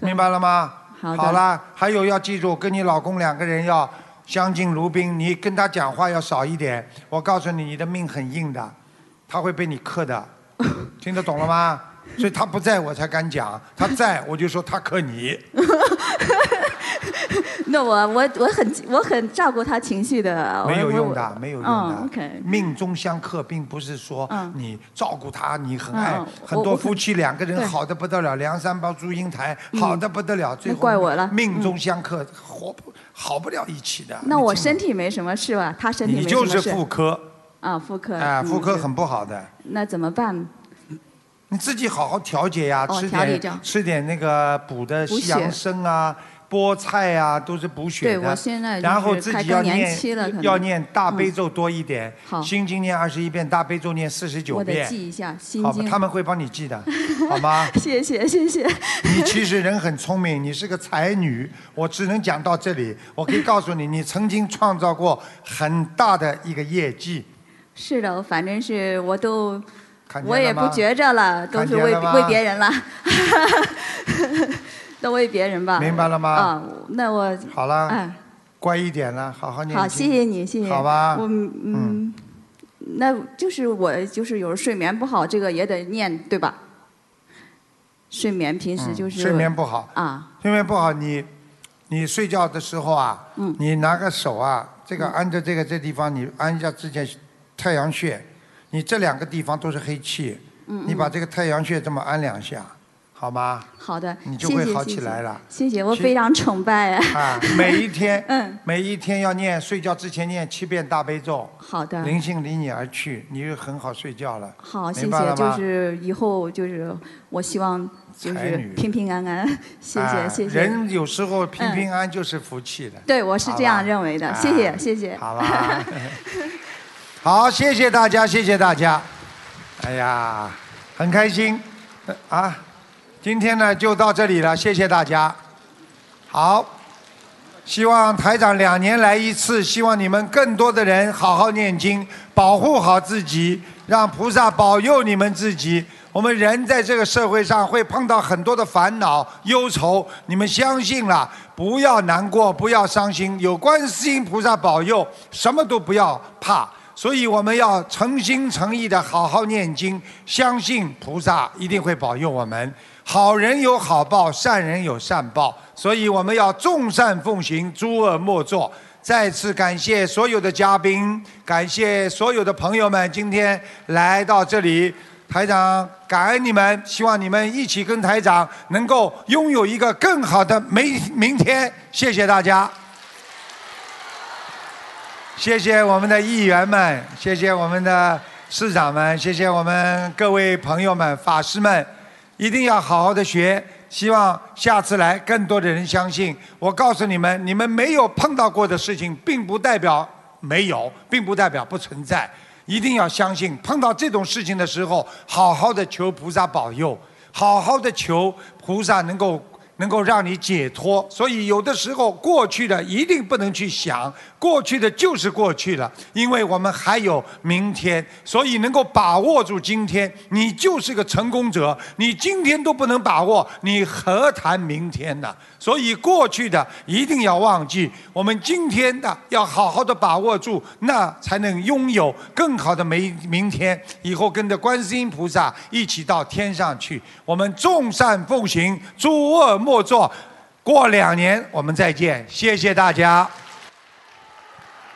明白了吗？好的啦，还有要记住，跟你老公两个人要相敬如宾，你跟他讲话要少一点。我告诉你，你的命很硬的，他会被你克 [LAUGHS] 的，听得懂了吗？所以他不在我才敢讲，他在我就说他克你。那我我我很我很照顾他情绪的，我没有用我的，没有用的。嗯，OK。命中相克，并不是说嗯你照顾他，你很爱。嗯很我多我夫妻两个人对好的不得了，梁山伯祝英台嗯好的不得了，最后怪我了嗯命中相克，活不好不了一起的。那我身体没什么事吧？他身体你没什就么事。是妇科，啊，妇科。哎，嗯妇科很不好的，那怎么办？你自己好好调节呀，哦吃调理掉点吃点那个补的补西血洋参啊。菠菜啊，都是补血的。对我现在就是然后自快己更要年念期了可能要念大嗯悲咒多一点，好心经念二十一遍，大悲咒念四十九我得遍。记一下心好吧经。他们会帮你记的， [LAUGHS] 好吗？谢谢谢谢。你其实人很聪明，你是个才女，我只能讲到这里。我可以告诉你，你曾经创造过很大的一个业绩，是的，反正是我都看见了吗我也不觉着了，都看是见为了吗为别人了， [LAUGHS] 都为别人吧。明白了吗啊，那我好了，哎乖一点了，好好念经。好，谢谢你，谢谢。好吧我嗯，那就是我就是有时候睡眠不好，这个也得念，对吧？睡眠平时嗯就是、睡眠不好啊，睡眠不好，你你睡觉的时候啊，嗯你拿个手啊，这个按着这个这地方，你按一下之前太阳穴，你这两个地方都是黑气，嗯你嗯把这个太阳穴这么按两下，好吗？好的，你就谢会谢好谢起谢来了谢谢，我其非常崇拜啊， [LAUGHS] 每一天，嗯，每一天要念，睡觉之前念七遍大悲咒。 [LAUGHS] 好的灵性离你而去，你就很好睡觉了。好，谢明白谢，了就吗是以后就是我希望就才是女平平安安，谢啊谢谢谢。人有时候平平安就是福气的。对，我是好这样吧认为的，啊谢谢谢谢。好吧， [LAUGHS] 好，谢谢大家，谢谢大家。哎呀，很开心呃啊！今天呢就到这里了，谢谢大家。好，希望台长两年来一次，希望你们更多的人好好念经，保护好自己，让菩萨保佑你们自己。我们人在这个社会上会碰到很多的烦恼、忧愁，你们相信了，不要难过，不要伤心，有观世音菩萨保佑，什么都不要怕。所以我们要诚心诚意的好好念经，相信菩萨一定会保佑我们。好人有好报，善人有善报，所以我们要众善奉行，诸恶莫作。再次感谢所有的嘉宾，感谢所有的朋友们今天来到这里。台长，感恩你们，希望你们一起跟台长能够拥有一个更好的明明天。谢谢大家。谢谢我们的议员们，谢谢我们的市长们，谢谢我们各位朋友们、法师们，一定要好好的学。希望下次来更多的人相信。我告诉你们，你们没有碰到过的事情，并不代表没有，并不代表不存在。一定要相信，碰到这种事情的时候，好好的求菩萨保佑，好好的求菩萨能够能够让你解脱。所以有的时候过去的一定不能去想，过去的就是过去了，因为我们还有明天，所以能够把握住今天，你就是个成功者。你今天都不能把握，你何谈明天呢？所以过去的一定要忘记，我们今天的要好好的把握住，那才能拥有更好的明明天。以后跟着观世音菩萨一起到天上去，我们众善奉行，诸恶莫作。过两年我们再见，谢谢大家。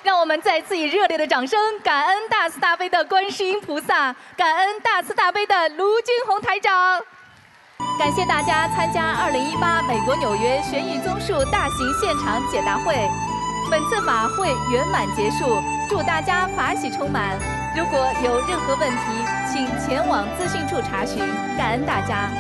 让我们再次以热烈的掌声，感恩大慈大悲的观世音菩萨，感恩大慈大悲的卢军红台长。感谢大家参加2018美国纽约悬疑综述大型现场解答会，本次法会圆满结束，祝大家法喜充满。如果有任何问题，请前往资讯处查询。感恩大家。